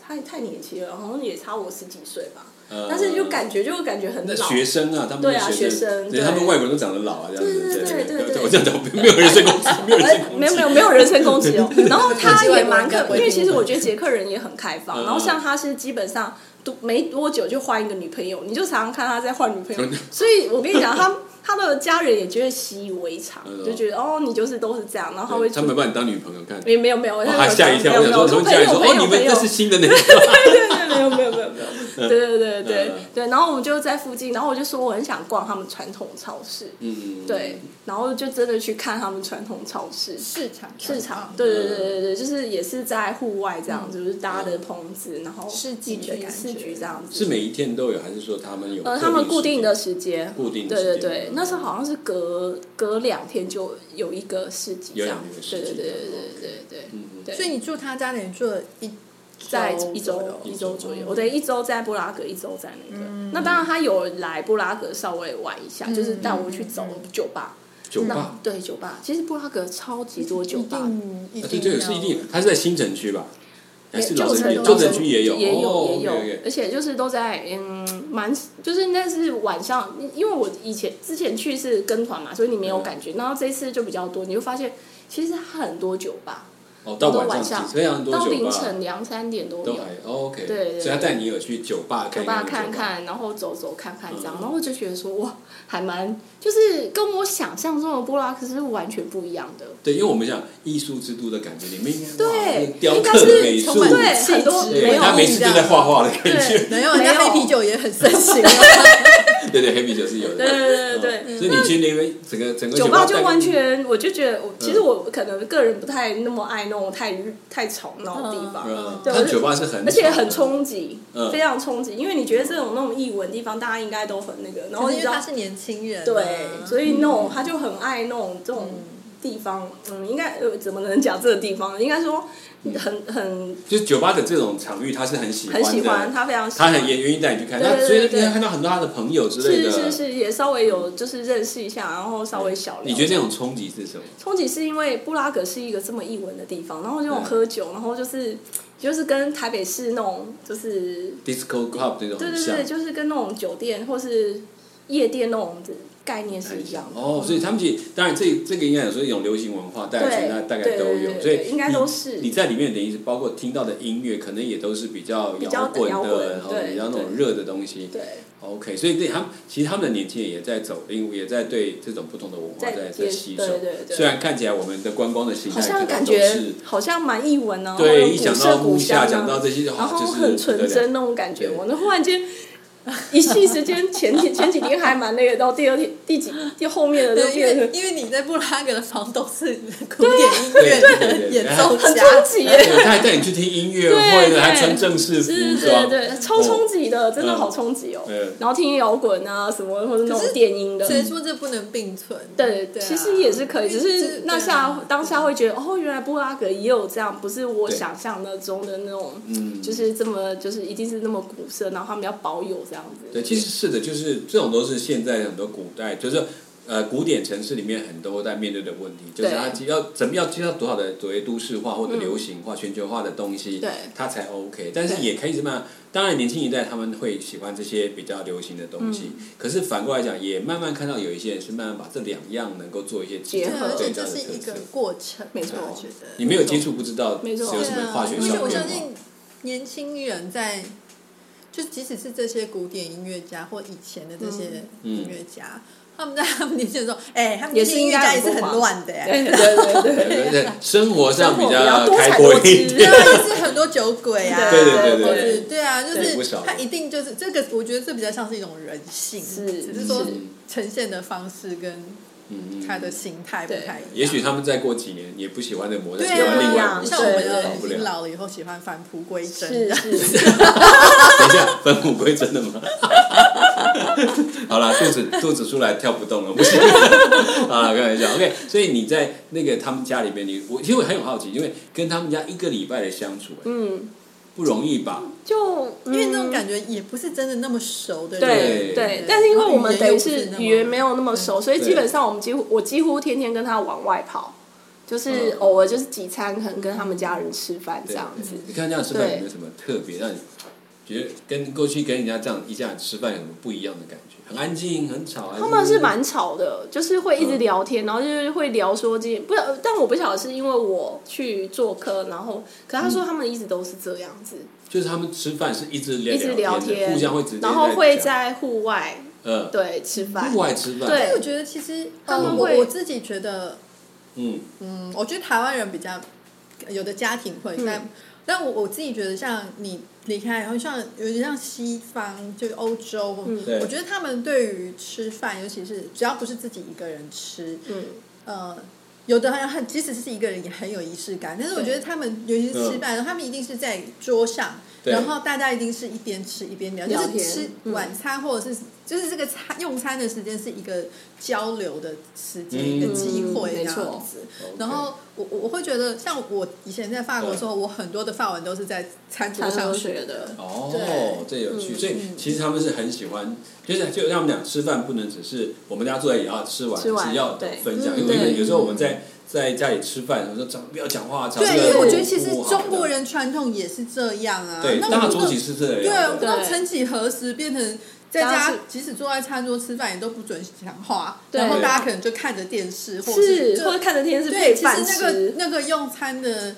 Speaker 3: 他也太年轻了，好像也差我十几岁吧，
Speaker 1: 呃
Speaker 3: 但是就感觉就感觉很
Speaker 1: 那
Speaker 3: 老。
Speaker 1: 学生啊，他们
Speaker 3: 对
Speaker 1: 的
Speaker 3: 啊
Speaker 1: 学
Speaker 3: 学生
Speaker 1: 对
Speaker 3: 对
Speaker 1: 他们外国人都长得老啊，这样子，
Speaker 3: 对对对对对
Speaker 1: 我这样讲，没有人身攻击，没有人身
Speaker 3: 哎
Speaker 1: 攻击，
Speaker 3: 没有没有没有人身攻 击哦，然后他也蛮可
Speaker 2: 外国，人
Speaker 3: 因为其实我觉得捷克人也很开
Speaker 1: 嗯
Speaker 3: 放，然后像他是基本上都没多久就换一个女朋友，你就常常看他在换女 朋友，所以我跟你讲，他他的家人也觉得习以为常
Speaker 1: 嗯，
Speaker 3: 就觉得哦你就是都是这样，然后他会
Speaker 1: 他们把你当女朋友看，
Speaker 3: 没没有没有，
Speaker 1: 哦他吓一跳，
Speaker 3: 没有
Speaker 1: 我想说
Speaker 3: 没有，我
Speaker 1: 从家
Speaker 3: 说朋
Speaker 1: 里
Speaker 3: 友
Speaker 1: 说，哦，
Speaker 3: 朋友
Speaker 1: 你们
Speaker 3: 朋友
Speaker 1: 这，是新的那个，
Speaker 3: 对对对，没有没有没有没有，对对对对
Speaker 1: 嗯
Speaker 3: 对，然后我们就在附近，然后我就说我很想逛他们传统超市，
Speaker 1: 嗯，
Speaker 3: 对，然后就真的去看他们传统超市。
Speaker 2: 市场
Speaker 3: 市场，对对对对
Speaker 1: 嗯
Speaker 3: 对，就是也是在户外这样子，就是搭的棚子，然后
Speaker 2: 市集的
Speaker 3: 一
Speaker 2: 感觉
Speaker 3: 市集这样
Speaker 1: 是
Speaker 3: 子。
Speaker 1: 每一天都有，还是说他们有？
Speaker 3: 呃，他们固定的。时间，
Speaker 1: 固定的
Speaker 3: 对
Speaker 1: 时
Speaker 3: 对
Speaker 1: 间
Speaker 3: 对，那时候好像是隔隔两天就有一个市集这
Speaker 1: 有
Speaker 3: 样
Speaker 1: 两天有，市
Speaker 3: 对对
Speaker 1: 集
Speaker 3: 对对
Speaker 1: 这样
Speaker 3: 对对对
Speaker 1: 嗯
Speaker 3: 对，
Speaker 2: 所以你住他家里你住了一
Speaker 3: 在一
Speaker 2: 左
Speaker 3: 周
Speaker 2: 右
Speaker 3: 一周嗯左右，
Speaker 2: 嗯
Speaker 3: 我对一周在布拉格，一周在那个。那当然他有来布拉格稍微玩一下，就是带我去走酒吧。
Speaker 1: 酒
Speaker 3: 那
Speaker 1: 吧，
Speaker 3: 对酒吧，其实布拉格超级多酒
Speaker 2: 一
Speaker 3: 吧，
Speaker 2: 定一
Speaker 1: 啊对，
Speaker 2: 定
Speaker 1: 这个
Speaker 2: 要
Speaker 1: 是一定，它是在新城区吧？还是老
Speaker 3: 旧
Speaker 1: 城
Speaker 3: 城
Speaker 1: 区？
Speaker 2: 老
Speaker 1: 旧
Speaker 2: 城
Speaker 1: 城区也有，
Speaker 3: 也有、
Speaker 1: 哦
Speaker 3: 也有
Speaker 1: OK，OK
Speaker 3: 而且就是都在嗯，蛮就是那是晚上，因为我以前之前去是跟团嘛，所以你没有
Speaker 1: 嗯
Speaker 3: 感觉，然后这一次就比较多，你就发现其实很多酒吧，
Speaker 1: 哦，到
Speaker 3: 到
Speaker 1: 晚
Speaker 3: 晚
Speaker 1: 上
Speaker 3: 上
Speaker 1: 非常多
Speaker 3: 到
Speaker 1: 酒
Speaker 3: 凌
Speaker 1: 吧
Speaker 3: 晨两三点都
Speaker 1: 都
Speaker 3: 有。
Speaker 1: 还哦 OK，
Speaker 3: 对对对
Speaker 1: 所以他带你有去酒吧看
Speaker 3: 酒
Speaker 1: 一看
Speaker 3: 吧
Speaker 1: 酒吧
Speaker 3: 看，看，然后走走看看这样，
Speaker 1: 嗯
Speaker 3: 然后我就觉得说哇，还蛮就是跟我想象中的布拉克是完全不一样的。
Speaker 1: 对，因为我们讲艺术之都的感觉，里面应该哇
Speaker 3: 对
Speaker 1: 那雕
Speaker 3: 应该
Speaker 1: 刻
Speaker 3: 是
Speaker 1: 美
Speaker 2: 充
Speaker 1: 术，
Speaker 2: 满
Speaker 3: 对
Speaker 2: 气
Speaker 3: 很多
Speaker 2: 质
Speaker 3: 没
Speaker 1: 对，
Speaker 3: 有
Speaker 1: 他每次都在画画的感觉，
Speaker 3: 对
Speaker 2: 没有，人家
Speaker 3: 没有
Speaker 2: 黑啤酒也很盛行啊。
Speaker 1: 对对，黑啤酒是有的，
Speaker 3: 对对对对
Speaker 1: 嗯所以你去那边整个整个
Speaker 3: 酒吧
Speaker 1: 吧
Speaker 3: 就
Speaker 1: 带
Speaker 3: 完全，我就觉得我其实我
Speaker 1: 嗯
Speaker 3: 可能个人不太那么爱那种太太吵闹的地方，
Speaker 1: 嗯，
Speaker 3: 对
Speaker 1: 它
Speaker 3: 我就
Speaker 1: 酒吧是很，
Speaker 3: 而且很，冲击
Speaker 1: 嗯，
Speaker 3: 非常冲击，因为你觉得这种那种异文地方，大家应该都很那个，然后
Speaker 2: 因
Speaker 3: 你
Speaker 2: 为
Speaker 3: 知道
Speaker 2: 他是年轻人啊，
Speaker 3: 对，所以那种他就很爱那种这种地方，嗯，应该呃怎么能讲这个地方？应该说很很
Speaker 1: 就是酒吧的这种场域，他是很喜欢
Speaker 3: 很
Speaker 1: 的，
Speaker 3: 喜欢，他非常喜
Speaker 1: 他
Speaker 3: 欢，
Speaker 1: 很也愿意带你去看，
Speaker 3: 对
Speaker 1: 那
Speaker 3: 对
Speaker 1: 所以
Speaker 3: 对对
Speaker 1: 你看到很多他的朋友之类
Speaker 3: 是
Speaker 1: 的，
Speaker 3: 是是，也稍微有就是认识一下，然后稍微小聊。
Speaker 1: 你觉得那种冲击是什么？
Speaker 3: 冲击是因为布拉格是一个这么异文的地方，然后就
Speaker 1: 嗯
Speaker 3: 喝酒，然后就是就是跟台北市那种就是
Speaker 1: disco club 那种
Speaker 3: 对
Speaker 1: 很
Speaker 3: 对
Speaker 1: 像
Speaker 3: 对，，就是跟那种酒店或是夜店那种概念是一样的。
Speaker 1: 哦，所以他们其实当然这这个应该有说一种流行文化带来，那大概都
Speaker 3: 对对
Speaker 1: 有，
Speaker 3: 对
Speaker 1: 所以
Speaker 3: 应该
Speaker 1: 你
Speaker 3: 都是
Speaker 1: 你在里面等于是包括听到的音乐，可能也都是比较
Speaker 3: 比
Speaker 1: 摇
Speaker 3: 较
Speaker 1: 滚
Speaker 3: 摇
Speaker 1: 的，
Speaker 3: 滚
Speaker 1: 然后
Speaker 3: 对
Speaker 1: 比较那种
Speaker 3: 对
Speaker 1: 热的东西。
Speaker 3: 对，
Speaker 1: OK，所以对他们其实他们的年轻人也在走，因为也在对这种不同的文化
Speaker 3: 在
Speaker 1: 在
Speaker 3: 也
Speaker 1: 吸收。
Speaker 3: 对对对
Speaker 1: 虽然看起来我们的观光的形
Speaker 3: 好
Speaker 1: 态可
Speaker 3: 像
Speaker 1: 能
Speaker 3: 感
Speaker 1: 都
Speaker 3: 觉
Speaker 1: 是
Speaker 3: 好像蛮异文啊，然后
Speaker 1: 对，
Speaker 3: 有
Speaker 1: 一
Speaker 3: 古
Speaker 1: 想
Speaker 3: 色
Speaker 1: 到
Speaker 3: 古
Speaker 1: 木
Speaker 3: 香
Speaker 1: 下，
Speaker 3: 啊
Speaker 1: 讲到这些，然
Speaker 3: 然后很纯真那种感觉。
Speaker 1: 对
Speaker 3: 我那忽然间 一夕之间，前几前几天还蛮那个，到第二天第几第后面的就
Speaker 2: 对，因
Speaker 3: 变
Speaker 2: 为
Speaker 3: 成
Speaker 2: 因为你在布拉格的房东是古典音
Speaker 1: 对
Speaker 2: 乐
Speaker 1: 对对
Speaker 2: 的演奏
Speaker 3: 很
Speaker 2: 家，
Speaker 3: 冲击耶。
Speaker 1: 对他还带你去听音乐会
Speaker 3: 对
Speaker 1: 呢，
Speaker 3: 对
Speaker 1: 还穿正式服
Speaker 3: 是，对
Speaker 1: 装。
Speaker 3: 对，超冲击的，真的
Speaker 1: 嗯
Speaker 3: 好冲击哦
Speaker 1: 嗯。
Speaker 3: 然后听摇滚啊什么，或者那种电音的，
Speaker 2: 谁说这不能并存？
Speaker 3: 对，
Speaker 2: 对啊，
Speaker 3: 其实也是可以，只是
Speaker 2: 这
Speaker 3: 那
Speaker 2: 对
Speaker 3: 下
Speaker 2: 啊
Speaker 3: 当下会觉得，哦，原来布拉格也有这样，不是我
Speaker 1: 对
Speaker 3: 想象的中的那种，
Speaker 1: 嗯
Speaker 3: 就是这么，就是一定是那么古色，然后他们要保有这样子。
Speaker 1: 对，其实是的，就是这种都是现在很多古代，就是呃古典城市里面很多在面对的问题，就是
Speaker 3: 对嗯
Speaker 1: 它要怎么要接到多少的所谓都市化或者流行化、全球化的东西，
Speaker 3: 对
Speaker 1: 它才 OK。但是
Speaker 3: 对
Speaker 1: 也可以怎么样？当然，年轻一代他们会喜欢这些比较流行的东西，
Speaker 3: 嗯
Speaker 1: 可是反过来讲，也慢慢看到有一些人是慢慢把这两样能够做一些
Speaker 3: 结
Speaker 2: 对啊
Speaker 3: 合
Speaker 2: 而
Speaker 1: 对这
Speaker 2: 且这
Speaker 1: 样的
Speaker 2: 是
Speaker 1: 特
Speaker 2: 一
Speaker 1: 色
Speaker 2: 个。过程，
Speaker 3: 没错
Speaker 2: 我觉得
Speaker 1: 你没有接触，不知道
Speaker 3: 没错
Speaker 1: 有什
Speaker 2: 对
Speaker 1: 么
Speaker 2: 啊，
Speaker 1: 化学
Speaker 2: 而
Speaker 1: 效
Speaker 2: 且
Speaker 1: 果
Speaker 2: 我
Speaker 1: 吗
Speaker 2: 相信年轻人在，就即使是这些古典音乐家或以前的这些
Speaker 3: 嗯
Speaker 2: 音乐家，他们在他们年轻的时候， 哎，他们
Speaker 3: 也
Speaker 2: 这
Speaker 3: 是
Speaker 2: 些音乐
Speaker 3: 应该
Speaker 2: 家也
Speaker 3: 很
Speaker 2: 是
Speaker 3: 疯
Speaker 2: 很
Speaker 3: 狂
Speaker 2: 乱的哎呀，
Speaker 3: 对对对 对，
Speaker 1: 对对对生活上比
Speaker 3: 生活比较多
Speaker 1: 开
Speaker 3: 彩
Speaker 1: 阔
Speaker 3: 多
Speaker 1: 一
Speaker 3: 姿
Speaker 1: 点。
Speaker 2: 对啊，就是很多酒鬼啊，
Speaker 3: 对
Speaker 1: 对对对
Speaker 2: 或者
Speaker 1: 对
Speaker 2: 是对啊，就
Speaker 1: 对不
Speaker 2: 是
Speaker 1: 少
Speaker 2: 他一定就是这个，我觉得这比较像是一种人性，
Speaker 3: 是
Speaker 2: 只是说
Speaker 3: 是
Speaker 2: 呈现的方式跟
Speaker 1: 嗯
Speaker 2: 他的心态不太一样。
Speaker 1: 也许他们再过几年也不喜欢的模特，喜
Speaker 2: 对
Speaker 1: 欢另外
Speaker 2: 啊，
Speaker 1: 一
Speaker 3: 不
Speaker 1: 个
Speaker 2: 像我们
Speaker 1: 也
Speaker 2: 的
Speaker 1: 搞
Speaker 2: 已
Speaker 1: 不
Speaker 2: 经
Speaker 1: 了。
Speaker 2: 老了以后喜欢返璞归真
Speaker 3: 是，是，
Speaker 1: 等一下，返璞归真的吗？好了，肚子肚子出来跳不动了，不 行。好了，开玩笑。OK，所以你在那个他们家里边，你我其实我很有好奇，因为跟他们家一个礼拜的相处、哎
Speaker 3: 嗯，
Speaker 1: 不容易吧？
Speaker 3: 就嗯
Speaker 2: 因为那种感觉也不是真的那么熟的人。
Speaker 1: 对
Speaker 3: 对对，但是因为我们等于是语言没有那么熟，所以
Speaker 1: 对
Speaker 3: 基本上我们几乎我几乎天天跟他往外跑，就是
Speaker 1: 嗯
Speaker 3: 偶尔就是几餐可能跟他们家人吃饭这
Speaker 1: 对
Speaker 3: 样子。
Speaker 1: 你看这样吃饭有
Speaker 3: 对
Speaker 1: 没有什么特别让你觉得跟过去跟人家这样一家人吃饭有什么不一样的感觉？很安静，很吵，还
Speaker 3: 他们是
Speaker 1: 是
Speaker 3: 蛮吵的，就是会一直
Speaker 1: 嗯
Speaker 3: 聊天，然后就是会聊说这些，不知道，但我不晓得是因为我去做客，然后，可他说他们一直都是这样子，
Speaker 1: 就是他们吃饭是一直聊
Speaker 3: 一直聊
Speaker 1: 嗯聊的
Speaker 3: 天，
Speaker 1: 互相会直接
Speaker 3: 然后会
Speaker 1: 在
Speaker 3: 在户外
Speaker 1: 呃
Speaker 3: 对吃饭
Speaker 1: 户，外吃饭，
Speaker 2: 因为我
Speaker 3: 对
Speaker 2: 觉得其实
Speaker 3: 他
Speaker 2: 呃
Speaker 3: 们
Speaker 2: 我
Speaker 3: 会
Speaker 2: 我自己觉得，
Speaker 1: 嗯，
Speaker 2: 嗯，
Speaker 3: 嗯
Speaker 2: 我觉得台湾人比较有的家庭会，但但我我自己觉得，像你离开，然后像有点像西方，就是欧洲，
Speaker 1: 对
Speaker 3: 嗯
Speaker 2: 我觉得他们对于吃饭，尤其是只要不是自己一个人吃，
Speaker 3: 嗯，
Speaker 2: 呃，有的好像很，即使是一个人也很有仪式感。但是我
Speaker 3: 对
Speaker 2: 觉得他们，尤其是吃饭，他们一定是在桌上，
Speaker 1: 嗯对
Speaker 2: 然后大家一定是一边吃一边聊，就
Speaker 3: 聊
Speaker 2: 是
Speaker 3: 天
Speaker 2: 吃
Speaker 3: 嗯
Speaker 2: 晚餐或者是就是这个餐用餐的时间是一个交流的时间，
Speaker 1: 嗯
Speaker 2: 一个机会
Speaker 3: 嗯
Speaker 2: 这
Speaker 3: 没
Speaker 2: 样
Speaker 3: 错
Speaker 2: 子。然后我我我会觉得，像我以前在法国的时候，我很多的法文都是在餐桌
Speaker 3: 餐
Speaker 2: 上
Speaker 3: 桌
Speaker 2: 学
Speaker 3: 学的
Speaker 1: 哦
Speaker 2: 对，
Speaker 1: 这有趣，
Speaker 3: 嗯
Speaker 1: 所以其实他们是很喜欢，就是就让我们讲吃饭不能只是我们大家坐在也要吃完，
Speaker 3: 吃完
Speaker 1: 是要
Speaker 3: 对
Speaker 1: 分享，
Speaker 2: 嗯
Speaker 1: 因为
Speaker 3: 对
Speaker 1: 有时候我们在在家里吃饭，我说讲不要讲话，讲
Speaker 2: 对，
Speaker 1: 这
Speaker 2: 因
Speaker 1: 个
Speaker 2: 为我
Speaker 1: 不
Speaker 2: 觉得其实
Speaker 1: 不好
Speaker 2: 中国人传统也是这样啊。
Speaker 1: 对，
Speaker 2: 那
Speaker 1: 大
Speaker 2: 我
Speaker 1: 主
Speaker 2: 们
Speaker 1: 体是这
Speaker 2: 对，
Speaker 1: 样
Speaker 2: 我
Speaker 1: 的，
Speaker 2: 们曾几何时变成在
Speaker 3: 大家
Speaker 2: 家
Speaker 3: 是，
Speaker 2: 即使坐在餐桌吃饭，也都不准讲话，
Speaker 3: 对
Speaker 2: 然后大家可能就看着电视，或者
Speaker 3: 是
Speaker 2: 就
Speaker 3: 或者看着电视
Speaker 2: 对，
Speaker 3: 配
Speaker 2: 其实
Speaker 3: 饭
Speaker 2: 那个
Speaker 3: 吃，
Speaker 2: 那个用餐的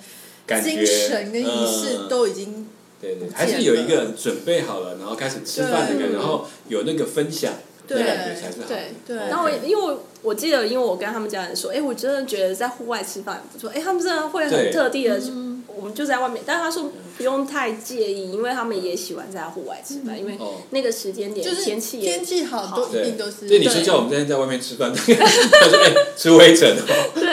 Speaker 1: 感觉
Speaker 2: 精神跟仪式
Speaker 1: 嗯
Speaker 2: 都已经
Speaker 1: 对对，
Speaker 2: 不
Speaker 1: 还是
Speaker 2: 见
Speaker 1: 有一
Speaker 2: 了
Speaker 1: 个准备好了，然后开始吃饭的感觉，
Speaker 3: 对
Speaker 1: 然后有那个分享的
Speaker 2: 对
Speaker 1: 感觉才是好的。
Speaker 3: 对
Speaker 2: 对
Speaker 1: 哦
Speaker 3: 然后我因为我记得，因为我跟他们家人说，哎、我真的觉得在户外吃饭很不错，哎、他们真的会
Speaker 1: 对
Speaker 3: 很特地的，
Speaker 2: 嗯
Speaker 3: 我们就在外面，但是他说不用太介意，因为他们也喜欢在户外吃饭，因为
Speaker 1: 哦
Speaker 3: 那个时间点、
Speaker 2: 嗯就是
Speaker 3: 天气也
Speaker 2: 天气好都一定都是
Speaker 1: 对，你说
Speaker 3: 对
Speaker 1: 叫我们今天在外面吃饭，他说哎，吃灰尘哦，
Speaker 3: 对，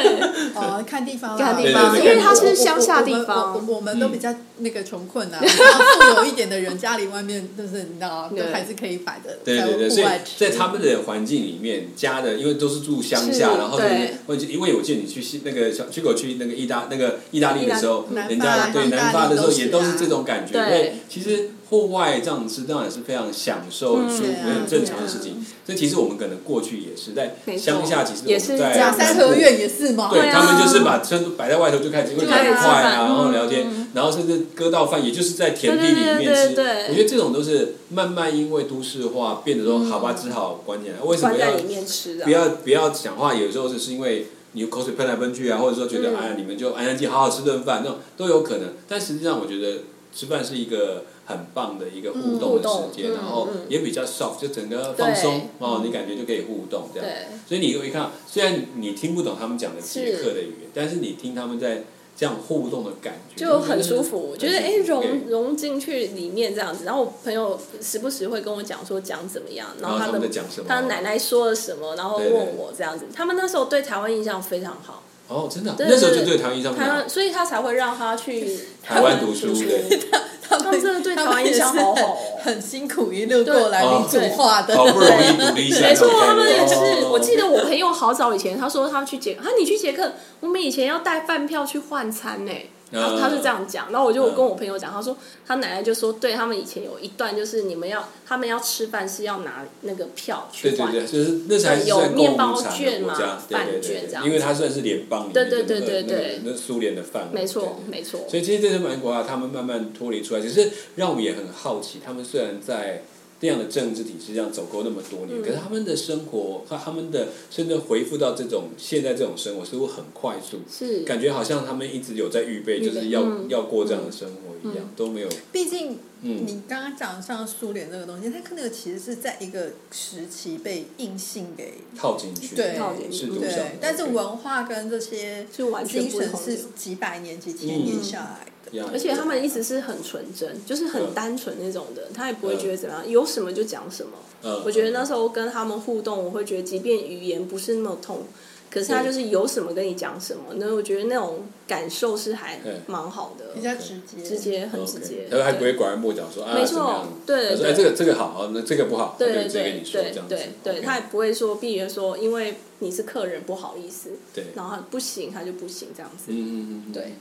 Speaker 2: 哦，看地方啦，
Speaker 3: 看
Speaker 1: 地方对对对因为它
Speaker 3: 是乡下地方
Speaker 2: 我我我我我们都比较那个穷困啊，然后富有一点的人家里外面就是你知道，
Speaker 3: 对
Speaker 2: 都还是可以摆的，
Speaker 1: 对对对，所
Speaker 2: 在
Speaker 1: 以
Speaker 2: 户外吃
Speaker 1: 在他们的环境里面，家的因为都是住乡下，
Speaker 3: 是
Speaker 1: 然后
Speaker 3: 对
Speaker 1: 我因为我记得你去西那个小去狗去那个意大那个意大利的时候
Speaker 2: 意大，
Speaker 1: 人家
Speaker 2: 南法
Speaker 1: 对
Speaker 2: 意大利
Speaker 1: 南法的时候
Speaker 2: 都是啊
Speaker 1: 也都是这种感觉，
Speaker 3: 对
Speaker 1: 所以其实户外这样吃当然是非常享受、很舒服、
Speaker 2: 对啊
Speaker 1: 很正常的事情。这其实我们可能过去也是在
Speaker 3: 没错
Speaker 1: 乡下，其实我
Speaker 3: 也是
Speaker 1: 们在
Speaker 3: 这样
Speaker 2: 三合院也是嘛，
Speaker 1: 对
Speaker 3: 啊
Speaker 1: 他们就是把车都摆在外头就开始会
Speaker 2: 就开始
Speaker 1: 很
Speaker 2: 吃
Speaker 1: 快啊，
Speaker 3: 饭嗯
Speaker 1: 然后聊天，然后甚至割到饭，也就是在田地里面吃。
Speaker 3: 对对对对对
Speaker 1: 我觉得这种都是慢慢因为都市化变得说，好吧，只好关起来。为什么
Speaker 3: 嗯关
Speaker 1: 要
Speaker 3: 在里面吃的
Speaker 1: 不。要不要讲话？有时候只是因为你口水喷来喷去啊，或者说觉得、
Speaker 3: 嗯
Speaker 1: 哎呀，你们就安安静好好吃顿饭，那种都有可能。但实际上，我觉得吃饭是一个。很棒的一个互动
Speaker 3: 互
Speaker 1: 的
Speaker 3: 动
Speaker 1: 时间，
Speaker 3: 嗯
Speaker 1: 然后
Speaker 3: 嗯
Speaker 1: 也比较 soft，就整个
Speaker 3: 对
Speaker 1: 放松哦，你感觉就可以互动这样。
Speaker 3: 对，
Speaker 1: 所以你会看，虽然你听不懂他们讲的捷克的语言，但是你听他们在这样互动的感觉，
Speaker 3: 就很舒服，
Speaker 1: 就
Speaker 3: 就是是
Speaker 1: 很
Speaker 3: 哎
Speaker 1: 舒服
Speaker 3: 融融进去里面这样子。然后我朋友时不时会跟我讲说讲怎么样，
Speaker 1: 然后
Speaker 3: 后
Speaker 1: 哦他
Speaker 3: 他
Speaker 1: 们在
Speaker 3: 的
Speaker 1: 讲什么？
Speaker 3: 他奶奶说了什么，然后
Speaker 1: 对
Speaker 3: 问
Speaker 1: 对
Speaker 3: 我这样子。他们那时候对台湾印象非常好，
Speaker 1: 哦，真的啊，
Speaker 3: 对
Speaker 1: 那时候就对台湾印象不
Speaker 3: 台
Speaker 1: 好
Speaker 3: 湾，所以他才会让他去
Speaker 1: 嗯台湾读书对
Speaker 2: 他
Speaker 3: 他们真的对台湾印象好好哦
Speaker 2: 很辛苦一路过来
Speaker 1: 对
Speaker 2: 民主化的，
Speaker 1: 啊好不容易独立一下，
Speaker 3: 没错，
Speaker 1: 然后
Speaker 3: 他们也
Speaker 1: 感觉
Speaker 3: 是。
Speaker 1: 哦
Speaker 3: 我记得我朋友好早以前，他说他去捷克，他说你去捷克，我们以前要带饭票去换餐呢、他
Speaker 1: 嗯
Speaker 3: 他是这样讲，然后我就
Speaker 1: 嗯
Speaker 3: 跟我朋友讲，他说他奶奶就说，对他们以前有一段就是你们要他们要吃饭是要拿那个票去
Speaker 1: 对
Speaker 3: 换
Speaker 1: 对，对，就是那才是
Speaker 3: 有
Speaker 1: 算
Speaker 3: 面
Speaker 1: 共
Speaker 3: 包
Speaker 1: 物产的
Speaker 3: 券
Speaker 1: 国
Speaker 3: 嘛
Speaker 1: 家，对对
Speaker 3: 饭
Speaker 1: 对
Speaker 3: 券这
Speaker 1: 对，
Speaker 3: 样
Speaker 1: 因为它算是联邦里面
Speaker 3: 对
Speaker 1: 的
Speaker 3: 对
Speaker 1: 那个
Speaker 3: 对对对
Speaker 1: 那个那苏联的范围，对
Speaker 3: 没
Speaker 1: 对
Speaker 3: 错
Speaker 1: 对
Speaker 3: 没错，
Speaker 1: 所以其实这些蛮国啊，他们慢慢脱离出来，只是让我们也很好奇，他们虽然在那样的政治体制上走过那么多年，
Speaker 3: 嗯
Speaker 1: 可是他们的生活和他们的甚至回复到这种现在这种生活，似乎很快速，
Speaker 3: 是
Speaker 1: 感觉好像他们一直有在预备，
Speaker 3: 预备
Speaker 1: 就是要、
Speaker 3: 嗯
Speaker 1: 要过这样的生活一样，都没有。
Speaker 2: 毕竟
Speaker 1: 嗯
Speaker 2: 你刚刚讲像苏联这个东西，它可能其实是在一个时期被硬性给
Speaker 1: 套进去，
Speaker 2: 对
Speaker 3: 套进去
Speaker 1: 是多少
Speaker 2: 对？，但是文化跟这些
Speaker 3: 是完全
Speaker 2: 精
Speaker 3: 不
Speaker 2: 神
Speaker 3: 同的嗯
Speaker 2: 是。几百年、几千年下来的。
Speaker 1: 呀
Speaker 3: 而且他们一直是很纯真，就是
Speaker 1: 嗯
Speaker 3: 很单纯那种的，他也不会
Speaker 1: 嗯
Speaker 3: 觉得怎么样，有什么就讲什么。
Speaker 1: 嗯
Speaker 3: 我觉得那时候跟他们互动，我会觉得即便语言不是那么通，可是他
Speaker 1: 对
Speaker 3: 就是有什么跟你讲什
Speaker 1: 嗯
Speaker 3: 么，那我觉得那种感受是还
Speaker 1: 对
Speaker 3: 蛮好
Speaker 2: 比
Speaker 3: 的，
Speaker 2: 较直接，
Speaker 3: 直接很直接
Speaker 1: 嗯 OK，。他还不会
Speaker 3: 对
Speaker 1: 拐弯抹角说啊
Speaker 3: 没
Speaker 1: 怎么
Speaker 3: 错
Speaker 1: 样，
Speaker 3: 对
Speaker 1: 他说
Speaker 3: 对
Speaker 1: 哎这个这个好，那这个不好，他就
Speaker 3: 对
Speaker 1: 直接跟
Speaker 3: 对
Speaker 1: 你说这
Speaker 3: 对
Speaker 1: 样子
Speaker 3: 对对，
Speaker 1: OK
Speaker 3: 他也不会说避免说，因为你是客人不好意思，
Speaker 1: 对，
Speaker 3: 然后他不行他就不行这样子。
Speaker 1: 嗯嗯嗯，
Speaker 3: 对。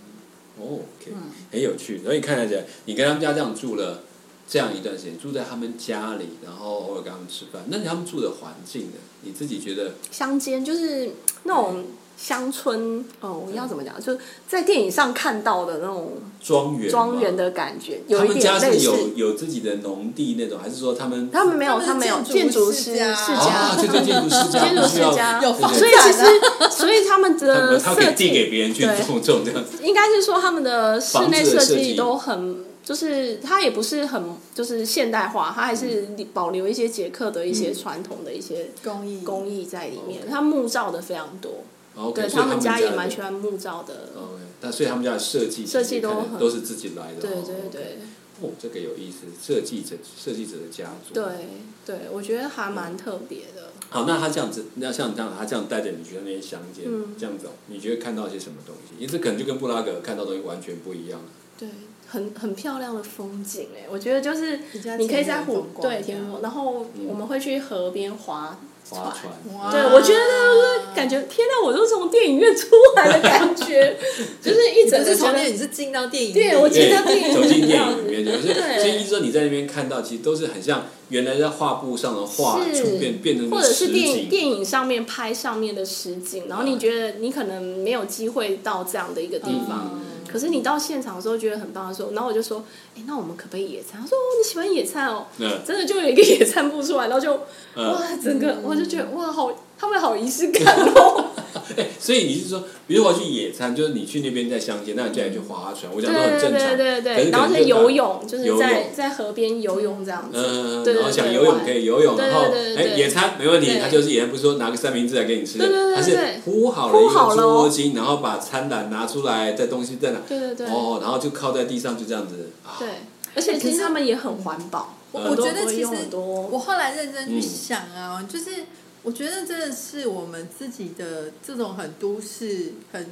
Speaker 1: 哦，OK，很
Speaker 3: 嗯
Speaker 1: 有趣。所以看得起来，你跟他们家这样住了这样一段时间，住在他们家里，然后偶尔跟他们吃饭，那他们住的环境呢？你自己觉得？
Speaker 3: 乡间就是
Speaker 1: 嗯
Speaker 3: 那种乡村哦，我要怎么讲？就是在电影上看到的那种
Speaker 1: 庄园吗，
Speaker 3: 庄园的感觉，
Speaker 1: 他
Speaker 3: 有一
Speaker 1: 们家
Speaker 3: 点类
Speaker 1: 是
Speaker 3: 似。
Speaker 1: 有有自己的农地那种，还是说他们
Speaker 3: 他们没有，
Speaker 2: 他
Speaker 3: 他
Speaker 2: 们
Speaker 3: 没
Speaker 2: 是
Speaker 3: 有
Speaker 2: 建
Speaker 3: 建
Speaker 2: 筑
Speaker 3: 筑
Speaker 2: 师
Speaker 3: 师
Speaker 2: 家
Speaker 3: 世
Speaker 1: 啊？
Speaker 3: 家，
Speaker 1: 对对，建筑世家，
Speaker 3: 建筑世家
Speaker 1: 不
Speaker 2: 有
Speaker 1: 是
Speaker 2: 房
Speaker 1: 要对对
Speaker 3: 所
Speaker 2: 子
Speaker 3: 以其 实，所以他们
Speaker 1: 他
Speaker 3: 的
Speaker 1: 们他可
Speaker 3: 设
Speaker 1: 以递给
Speaker 3: 计
Speaker 1: 别人去
Speaker 3: 对
Speaker 1: 种种这样子，
Speaker 3: 应该是说他们的室内
Speaker 1: 房子的
Speaker 3: 设
Speaker 1: 设计
Speaker 3: 计都很，就是它也不是很就是现代化，它还是保留一些捷克的一些
Speaker 1: 嗯
Speaker 3: 传统的一些
Speaker 2: 工艺
Speaker 3: 工艺在里面
Speaker 1: OK。
Speaker 3: 它木造的非常多，
Speaker 1: 哦 OK，
Speaker 3: 对
Speaker 1: 所以
Speaker 3: 们
Speaker 1: 家
Speaker 3: 家也
Speaker 1: 的
Speaker 3: 蛮喜欢木造的，
Speaker 1: OK，但所以他们家的设计
Speaker 3: 设计
Speaker 1: 其实
Speaker 3: 都
Speaker 1: 可能
Speaker 3: 很
Speaker 1: 都是自己来的，
Speaker 3: 对
Speaker 1: 哦
Speaker 3: 对对。
Speaker 1: 哦，这个有意思，设计者设计者的家族。
Speaker 3: 对对，我觉得还蛮特别的。
Speaker 1: 好，那他这样子，那像这样，他这样带着你去那边乡间，
Speaker 3: 嗯
Speaker 1: 这样子、哦，你觉得看到些什么东西？因为这可能就跟布拉格看到的东西完全不一样了。
Speaker 3: 对，很很漂亮的风景哎，我觉得就是
Speaker 2: 比较
Speaker 3: 你可以在
Speaker 2: 田园
Speaker 3: 湖
Speaker 2: 风光
Speaker 3: 对
Speaker 2: 这
Speaker 3: 田园
Speaker 2: 样
Speaker 3: 风，然后我们会去河边划
Speaker 1: 划船，
Speaker 2: 哇
Speaker 3: 对，我觉得我感觉天哪，我都从电影院出来的感 觉，就是一
Speaker 2: 你
Speaker 3: 整
Speaker 2: 不
Speaker 3: 个
Speaker 2: 是
Speaker 3: 觉
Speaker 2: 从
Speaker 3: 得
Speaker 2: 电影，你是进到电影里。
Speaker 3: 对我
Speaker 1: 对
Speaker 3: 进到电影
Speaker 1: 走进
Speaker 3: 里
Speaker 1: 电
Speaker 3: 面
Speaker 1: 影里面去，就是
Speaker 3: 对
Speaker 1: 所以意思说你在那边看到，其实都是很像原来在画布上的画，
Speaker 3: 是
Speaker 1: 出变变成一个
Speaker 3: 或者是
Speaker 1: 实
Speaker 3: 电
Speaker 1: 景
Speaker 3: 影电影上面拍上面的实景，然后你觉得你可能没有机会到这样的一个地方。
Speaker 2: 嗯
Speaker 3: 可是你到现场的时候觉得很棒的时候，然后我就说，哎、那我们可不可以野餐？他说，哦，你喜欢野餐哦，
Speaker 1: 嗯
Speaker 3: 真的就有一个野餐布出来，然后就、
Speaker 1: 嗯
Speaker 3: 哇，整个我就觉得哇，好，他们好仪式感哦。
Speaker 1: 哎，所以你是说，比如我去野餐，就是你去那边在乡间，那你竟然去划船，我
Speaker 3: 对
Speaker 1: 讲都很
Speaker 3: 对
Speaker 1: 正常。
Speaker 3: 对对
Speaker 1: 可
Speaker 3: 对，
Speaker 1: 是
Speaker 3: 然后
Speaker 1: 可
Speaker 3: 在
Speaker 1: 能就
Speaker 3: 游，泳，就
Speaker 1: 游
Speaker 3: 是
Speaker 1: 泳
Speaker 3: 在在河边游泳这样子。
Speaker 1: 嗯，
Speaker 3: 对对
Speaker 1: 然后想
Speaker 3: 对
Speaker 1: 游泳
Speaker 3: 玩
Speaker 1: 可以游泳，
Speaker 3: 对
Speaker 1: 然后
Speaker 3: 对对
Speaker 1: 哎
Speaker 3: 对
Speaker 1: 野餐没问题，
Speaker 3: 对
Speaker 1: 他就是野餐，不是说拿个三明治来给你吃
Speaker 3: 对对对
Speaker 1: 的，
Speaker 3: 对
Speaker 1: 他是
Speaker 3: 对
Speaker 1: 铺好了
Speaker 3: 铺
Speaker 1: 一
Speaker 3: 好
Speaker 1: 个
Speaker 3: 了
Speaker 1: 猪窝
Speaker 3: 哦
Speaker 1: 巾，然后把餐篮拿出来，在东西在哪，
Speaker 3: 对对对、
Speaker 1: 哦，然后就靠在地上就这样子啊，
Speaker 3: 对，而且其实他们也很环保，
Speaker 2: 我
Speaker 1: 嗯
Speaker 2: 我
Speaker 3: 都
Speaker 2: 觉得
Speaker 3: 不会
Speaker 2: 其
Speaker 3: 用
Speaker 2: 实
Speaker 3: 很多
Speaker 2: 我后来认真去想啊，就是我觉得真的是我们自己的这种很都市、很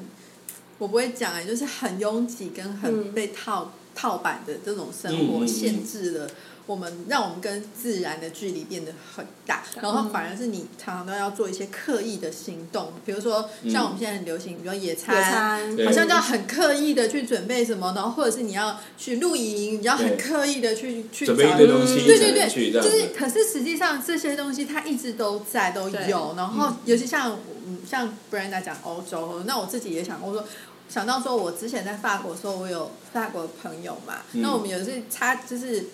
Speaker 2: 我不会讲哎、就是很拥挤跟很
Speaker 3: 嗯
Speaker 2: 被套、套板的这种生
Speaker 1: 嗯嗯
Speaker 2: 活
Speaker 1: 嗯
Speaker 2: 限制了。我们让我们跟自然的距离变得很大，然
Speaker 1: 嗯
Speaker 2: 后反而是你常常都要做一些刻意的行动，比如说像我们现在很流行，比如说野餐，
Speaker 3: 野餐，
Speaker 1: 嗯对
Speaker 2: 好像就要很刻意的去准备什么，然后或者是你要去露营，你要
Speaker 1: 对
Speaker 2: 很刻意的去去
Speaker 1: 准备一
Speaker 2: 找
Speaker 1: 堆东西
Speaker 2: 嗯对
Speaker 1: 才
Speaker 2: 对
Speaker 1: 能去
Speaker 2: 对，
Speaker 1: 这
Speaker 2: 就
Speaker 1: 样子
Speaker 2: 是，可是实际上这些东西它一直都在都
Speaker 3: 对
Speaker 2: 有，然后
Speaker 1: 嗯
Speaker 2: 尤其像嗯像 Brenda 讲欧洲，那我自己也想过说。想到说，我之前在法国的时候，我有法国朋友嘛，
Speaker 1: 嗯
Speaker 2: 那我们有一次他就是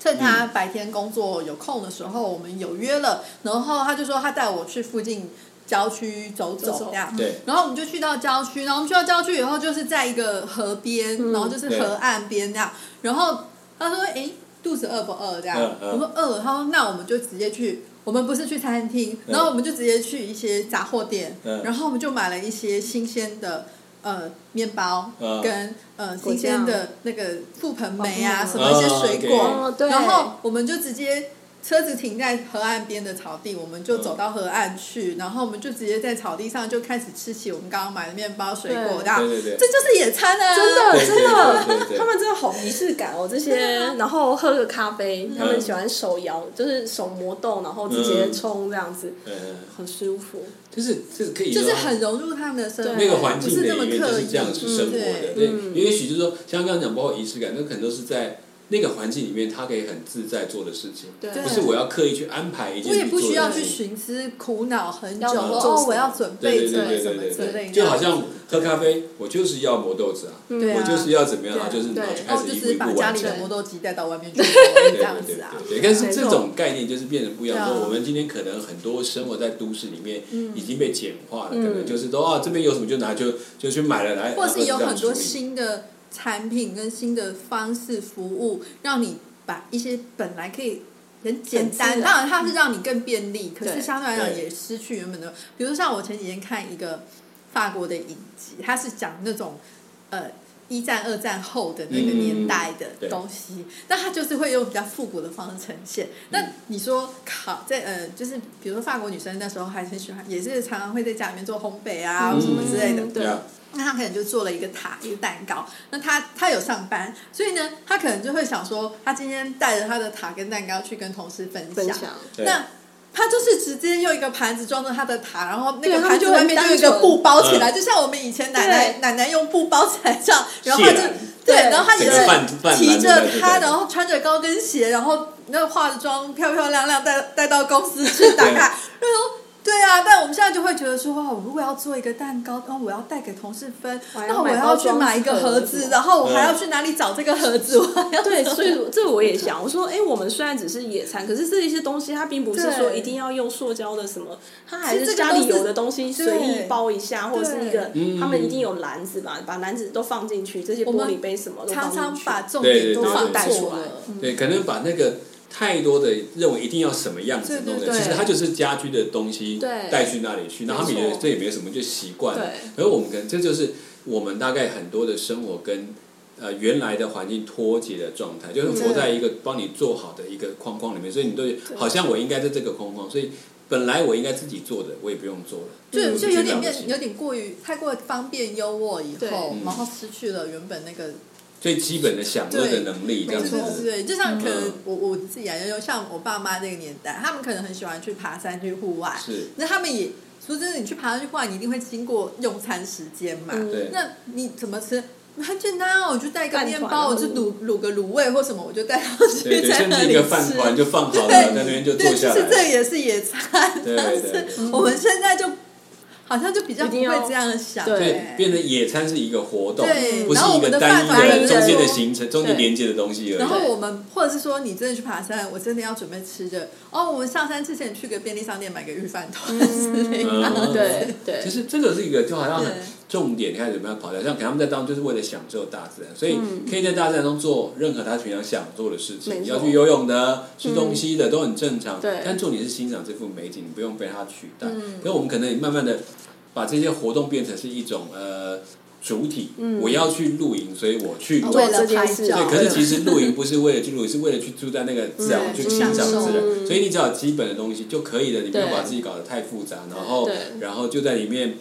Speaker 2: 趁他白天工作有空的时候，我们有约了，然后他就说他带我去附近郊区走
Speaker 3: 走
Speaker 2: 走
Speaker 3: 走
Speaker 2: 这样，
Speaker 1: 对
Speaker 2: 然后我们就去到郊区，然后我们去到郊区以后，就是在一个河边，
Speaker 3: 嗯
Speaker 2: 然后就是河岸边这样。然后他说：“哎，肚子饿不饿？”这样，
Speaker 1: 嗯嗯
Speaker 2: 我说饿。他说：“那我们就直接去，我们不是去餐厅，
Speaker 1: 嗯
Speaker 2: 然后我们就直接去一些杂货店，
Speaker 1: 嗯
Speaker 2: 然后我们就买了一些新鲜的。”呃，面包
Speaker 1: 嗯
Speaker 2: 跟呃
Speaker 3: 果
Speaker 2: 新鲜
Speaker 3: 酱
Speaker 2: 的那个覆盆梅啊，
Speaker 3: 嗯
Speaker 2: 什么一些水果，
Speaker 1: 哦
Speaker 3: 对
Speaker 2: 然后我们就直接车子停在河岸边的草地，我们就
Speaker 1: 嗯
Speaker 2: 走到河岸去，然后我们就直接在草地上就开始吃起我们刚刚买的面包、水果
Speaker 3: 对
Speaker 2: 这样，
Speaker 1: 对对对
Speaker 2: 这就是野餐啊！
Speaker 3: 真的
Speaker 1: 对
Speaker 3: 真
Speaker 1: 对对
Speaker 3: 的
Speaker 1: 对，
Speaker 3: 他们真的好仪式感哦，这些
Speaker 2: 对啊，
Speaker 3: 然后喝个咖啡，
Speaker 1: 嗯
Speaker 3: 他们喜欢手摇，就是手磨豆，然后直接冲这样子，
Speaker 1: 嗯，
Speaker 3: 很舒服。
Speaker 1: 就是这个可以
Speaker 2: 就
Speaker 1: 说
Speaker 2: 是很融入他们的生活，
Speaker 3: 对
Speaker 1: 那个环境
Speaker 2: 不
Speaker 1: 的
Speaker 2: 是那
Speaker 1: 里
Speaker 2: 么
Speaker 1: 面就
Speaker 2: 刻
Speaker 1: 是
Speaker 2: 意
Speaker 1: 这样去生活的，
Speaker 2: 嗯
Speaker 1: 对
Speaker 2: 对，
Speaker 3: 嗯
Speaker 1: 也许就是说，像刚刚讲包括仪式感，那可能都是在那个环境里面，他可以很自在做的事情，
Speaker 3: 对
Speaker 1: 不是我要刻意去安排一件
Speaker 2: 我也不需要
Speaker 1: 你做
Speaker 2: 去
Speaker 1: 的事情
Speaker 2: 寻思苦恼很久，
Speaker 3: 要
Speaker 2: 说
Speaker 3: 做
Speaker 2: 哦
Speaker 3: 什，么
Speaker 2: 我要准
Speaker 1: 对
Speaker 2: 备
Speaker 1: 对
Speaker 2: 什么
Speaker 1: 对
Speaker 2: 什
Speaker 1: 对
Speaker 2: 么
Speaker 1: 对
Speaker 2: 之类
Speaker 1: 对，
Speaker 2: 的，
Speaker 1: 就好像喝咖啡，我就是要磨豆子啊，
Speaker 2: 对啊
Speaker 1: 我就是要怎么样，然后就是
Speaker 3: 对
Speaker 1: 然后就开
Speaker 2: 哦，
Speaker 1: 始
Speaker 2: 就
Speaker 1: 一步
Speaker 2: 是
Speaker 1: 一
Speaker 2: 把
Speaker 1: 步
Speaker 2: 家
Speaker 1: 完
Speaker 2: 里
Speaker 1: 成
Speaker 2: 的。磨豆机带到外面去，
Speaker 1: 对
Speaker 2: 这
Speaker 1: 对
Speaker 2: 样
Speaker 1: 对
Speaker 2: 子啊。
Speaker 1: 对对，但是
Speaker 3: 没
Speaker 1: 这
Speaker 3: 错
Speaker 1: 种概念就是变得不一样。
Speaker 2: 对啊嗯
Speaker 1: 说我们今天可能很多生活在都市里面，已经被简化了，可
Speaker 3: 嗯
Speaker 1: 能就是都啊这边有什么就拿就就去买了来，
Speaker 2: 或者是有很多
Speaker 1: 新
Speaker 2: 新的产品跟新的方式服务，让你把一些本来可以很简单，
Speaker 3: 很自然嗯
Speaker 2: 当然它是让你更便利，可是
Speaker 3: 对
Speaker 2: 相对来讲
Speaker 1: 对
Speaker 2: 也失去原本的。比如像我前几天看一个法国的影集，它是讲那种呃。一战、二战后的那个年代
Speaker 1: 嗯对
Speaker 2: 的东西，那它就是会用比较复古的方式呈
Speaker 1: 嗯
Speaker 2: 现。那你说考在呃，就是比如说法国女生那时候还很喜欢，也是常常会在家里面做烘焙啊、
Speaker 1: 嗯
Speaker 2: 什么之类的。
Speaker 1: 对
Speaker 3: 对
Speaker 1: 啊，
Speaker 2: 那他可能就做了一个塔，一个蛋糕。那他他有上班，所以呢，他可能就会想说，他今天带着他的塔跟蛋糕去跟同事分享。
Speaker 3: 分享，
Speaker 1: 对
Speaker 2: 那他就是直接用一个盘子装着他的塔，然后那
Speaker 3: 对
Speaker 2: 个
Speaker 3: 他
Speaker 2: 盘
Speaker 3: 们
Speaker 2: 子
Speaker 3: 就
Speaker 2: 外
Speaker 3: 很
Speaker 2: 面就有一
Speaker 3: 单
Speaker 2: 个
Speaker 3: 纯
Speaker 2: 布包起来，
Speaker 1: 嗯
Speaker 2: 就像我们以前奶奶奶奶用布包起来这样，然后他就
Speaker 1: 卸篮
Speaker 2: 对，
Speaker 3: 对
Speaker 2: 然后他也
Speaker 1: 整个半半
Speaker 2: 是提
Speaker 1: 篮的
Speaker 2: 着
Speaker 1: 那个
Speaker 2: 它，
Speaker 1: 对
Speaker 2: 然后穿着高跟鞋，然后那化着妆漂漂亮亮带带到公司去打
Speaker 1: 对
Speaker 2: 卡，然后。对啊，但我们现在就会觉得说，哇，我如果要做一个蛋糕，哦然后我要带给同事分，
Speaker 3: 我还要
Speaker 2: 那我
Speaker 3: 买
Speaker 2: 要
Speaker 3: 包
Speaker 2: 去
Speaker 3: 装
Speaker 2: 买一个
Speaker 3: 盒
Speaker 2: 盒
Speaker 3: 子
Speaker 2: 子，然哦后我还要
Speaker 1: 嗯
Speaker 2: 去哪里找这个盒子，我还要
Speaker 3: 对，所以这我也想，我说，哎，我们虽然只是野餐，可是这一些东西它并不是
Speaker 2: 对
Speaker 3: 说一定要用塑胶的什么，它还
Speaker 2: 其
Speaker 3: 是
Speaker 2: 实
Speaker 3: 嗯
Speaker 2: 这个
Speaker 3: 家
Speaker 2: 都
Speaker 3: 里
Speaker 2: 是
Speaker 3: 有的东西随意包一下，或者是一个
Speaker 1: 对，
Speaker 3: 他们一定有篮子吧，把篮子都放进去，这些
Speaker 2: 我们
Speaker 3: 玻璃杯什么都放
Speaker 2: 常
Speaker 3: 进去。
Speaker 2: 常把重
Speaker 1: 对
Speaker 2: 点
Speaker 1: 对
Speaker 2: 都
Speaker 1: 对
Speaker 2: 放
Speaker 1: 对
Speaker 2: 错
Speaker 3: 对
Speaker 2: 了。
Speaker 1: 对，可能把那个太多的认为一定要什么样子弄
Speaker 2: 对
Speaker 1: 的，
Speaker 2: 对
Speaker 1: 其实
Speaker 2: 对
Speaker 1: 它就是家居的东西
Speaker 3: 对
Speaker 1: 带去那里去，然后他们
Speaker 3: 没
Speaker 1: 觉
Speaker 3: 错
Speaker 1: 得这也没有什么，就习惯了。
Speaker 3: 对
Speaker 1: 而我们可能这就是我们大概很多的生活跟。呃原来的环境脱节的状态，就是活在一个帮你做好的一个框框里面，所以你都觉得好像我应该在这个框框，所以本来我应该自己做的，我也不用做了，
Speaker 2: 就
Speaker 1: 嗯
Speaker 2: 就有点
Speaker 1: 这样
Speaker 2: 变，
Speaker 1: 不行
Speaker 2: 有点过于太过方便优渥以
Speaker 3: 对
Speaker 2: 后
Speaker 1: 嗯，
Speaker 2: 然后失去了原本那个
Speaker 1: 最基本的享乐的能力这
Speaker 2: 对
Speaker 1: 样
Speaker 2: 对对
Speaker 1: 子。
Speaker 2: 对，就像可能
Speaker 1: 嗯
Speaker 2: 我我自己啊，就像我爸妈那个年代，他们可能很喜欢去爬山去户外，
Speaker 1: 是，
Speaker 2: 那他们也说真的，你去爬山去户外，你一定会经过用餐时间嘛，
Speaker 3: 嗯
Speaker 1: 对，
Speaker 2: 那你怎么吃？很简单啊，我就带个
Speaker 3: 饭
Speaker 2: 面
Speaker 3: 团嗯
Speaker 2: 包，我
Speaker 3: 然后
Speaker 2: 就卤卤个卤味或什么，我就带上
Speaker 1: 对对，
Speaker 2: 去在
Speaker 1: 甚
Speaker 2: 那
Speaker 1: 至一
Speaker 2: 里
Speaker 1: 个饭
Speaker 2: 吃。
Speaker 1: 团就放好了，
Speaker 2: 对
Speaker 1: 在那边就坐
Speaker 2: 对，其
Speaker 1: 下
Speaker 2: 实这
Speaker 1: 来。
Speaker 2: 也是野餐，
Speaker 1: 对
Speaker 2: 但
Speaker 1: 对
Speaker 2: 是我们现在就好像就比较
Speaker 3: 一
Speaker 2: 不
Speaker 3: 定
Speaker 2: 会
Speaker 3: 要
Speaker 2: 这样想，欸
Speaker 3: 对
Speaker 1: 对，变成野餐是一个活动，
Speaker 2: 对
Speaker 1: 不是
Speaker 2: 然后
Speaker 1: 一
Speaker 2: 我们
Speaker 1: 个
Speaker 2: 的
Speaker 1: 单一
Speaker 2: 饭
Speaker 3: 团
Speaker 1: 的
Speaker 3: 也
Speaker 1: 中间的
Speaker 3: 是
Speaker 1: 行程、中间连接的东西而已。
Speaker 2: 然后我们或者是说，你真的去爬山，我真的要准备吃的。哦，我们上山之前去个便利商店买个御饭团之类 的。
Speaker 1: 嗯
Speaker 3: 对对
Speaker 1: 其，实这个是一个就好像很
Speaker 2: 啊对
Speaker 1: 重点开始慢慢跑掉，像给他们在当中就是为了享受大自然，所以
Speaker 2: 嗯
Speaker 1: 可以在大自然中做任何他平常想做的事情，
Speaker 3: 没错
Speaker 1: 你要去游泳
Speaker 2: 嗯
Speaker 1: 的、吃东西的、都很正常。
Speaker 3: 对
Speaker 1: 但重点是欣赏这幅美景，你不用被它取代。
Speaker 2: 嗯
Speaker 1: 可是我们可能也慢慢的把这些活动变成是一种呃主体，
Speaker 2: 嗯
Speaker 1: 我要去露营，所以我去做
Speaker 2: 为了
Speaker 3: 这件
Speaker 2: 拍
Speaker 3: 事，
Speaker 2: 照
Speaker 1: 对，
Speaker 2: 哦
Speaker 1: 可是其
Speaker 3: 实
Speaker 1: 实露营不是为了去露营，是为了去住在那个自然，
Speaker 2: 嗯
Speaker 1: 去欣赏自然。
Speaker 3: 嗯
Speaker 1: 所以你只要有基本的东西就可以了，你不要
Speaker 3: 对
Speaker 1: 把自己搞得太复杂，然后
Speaker 3: 对
Speaker 1: 然后就在里面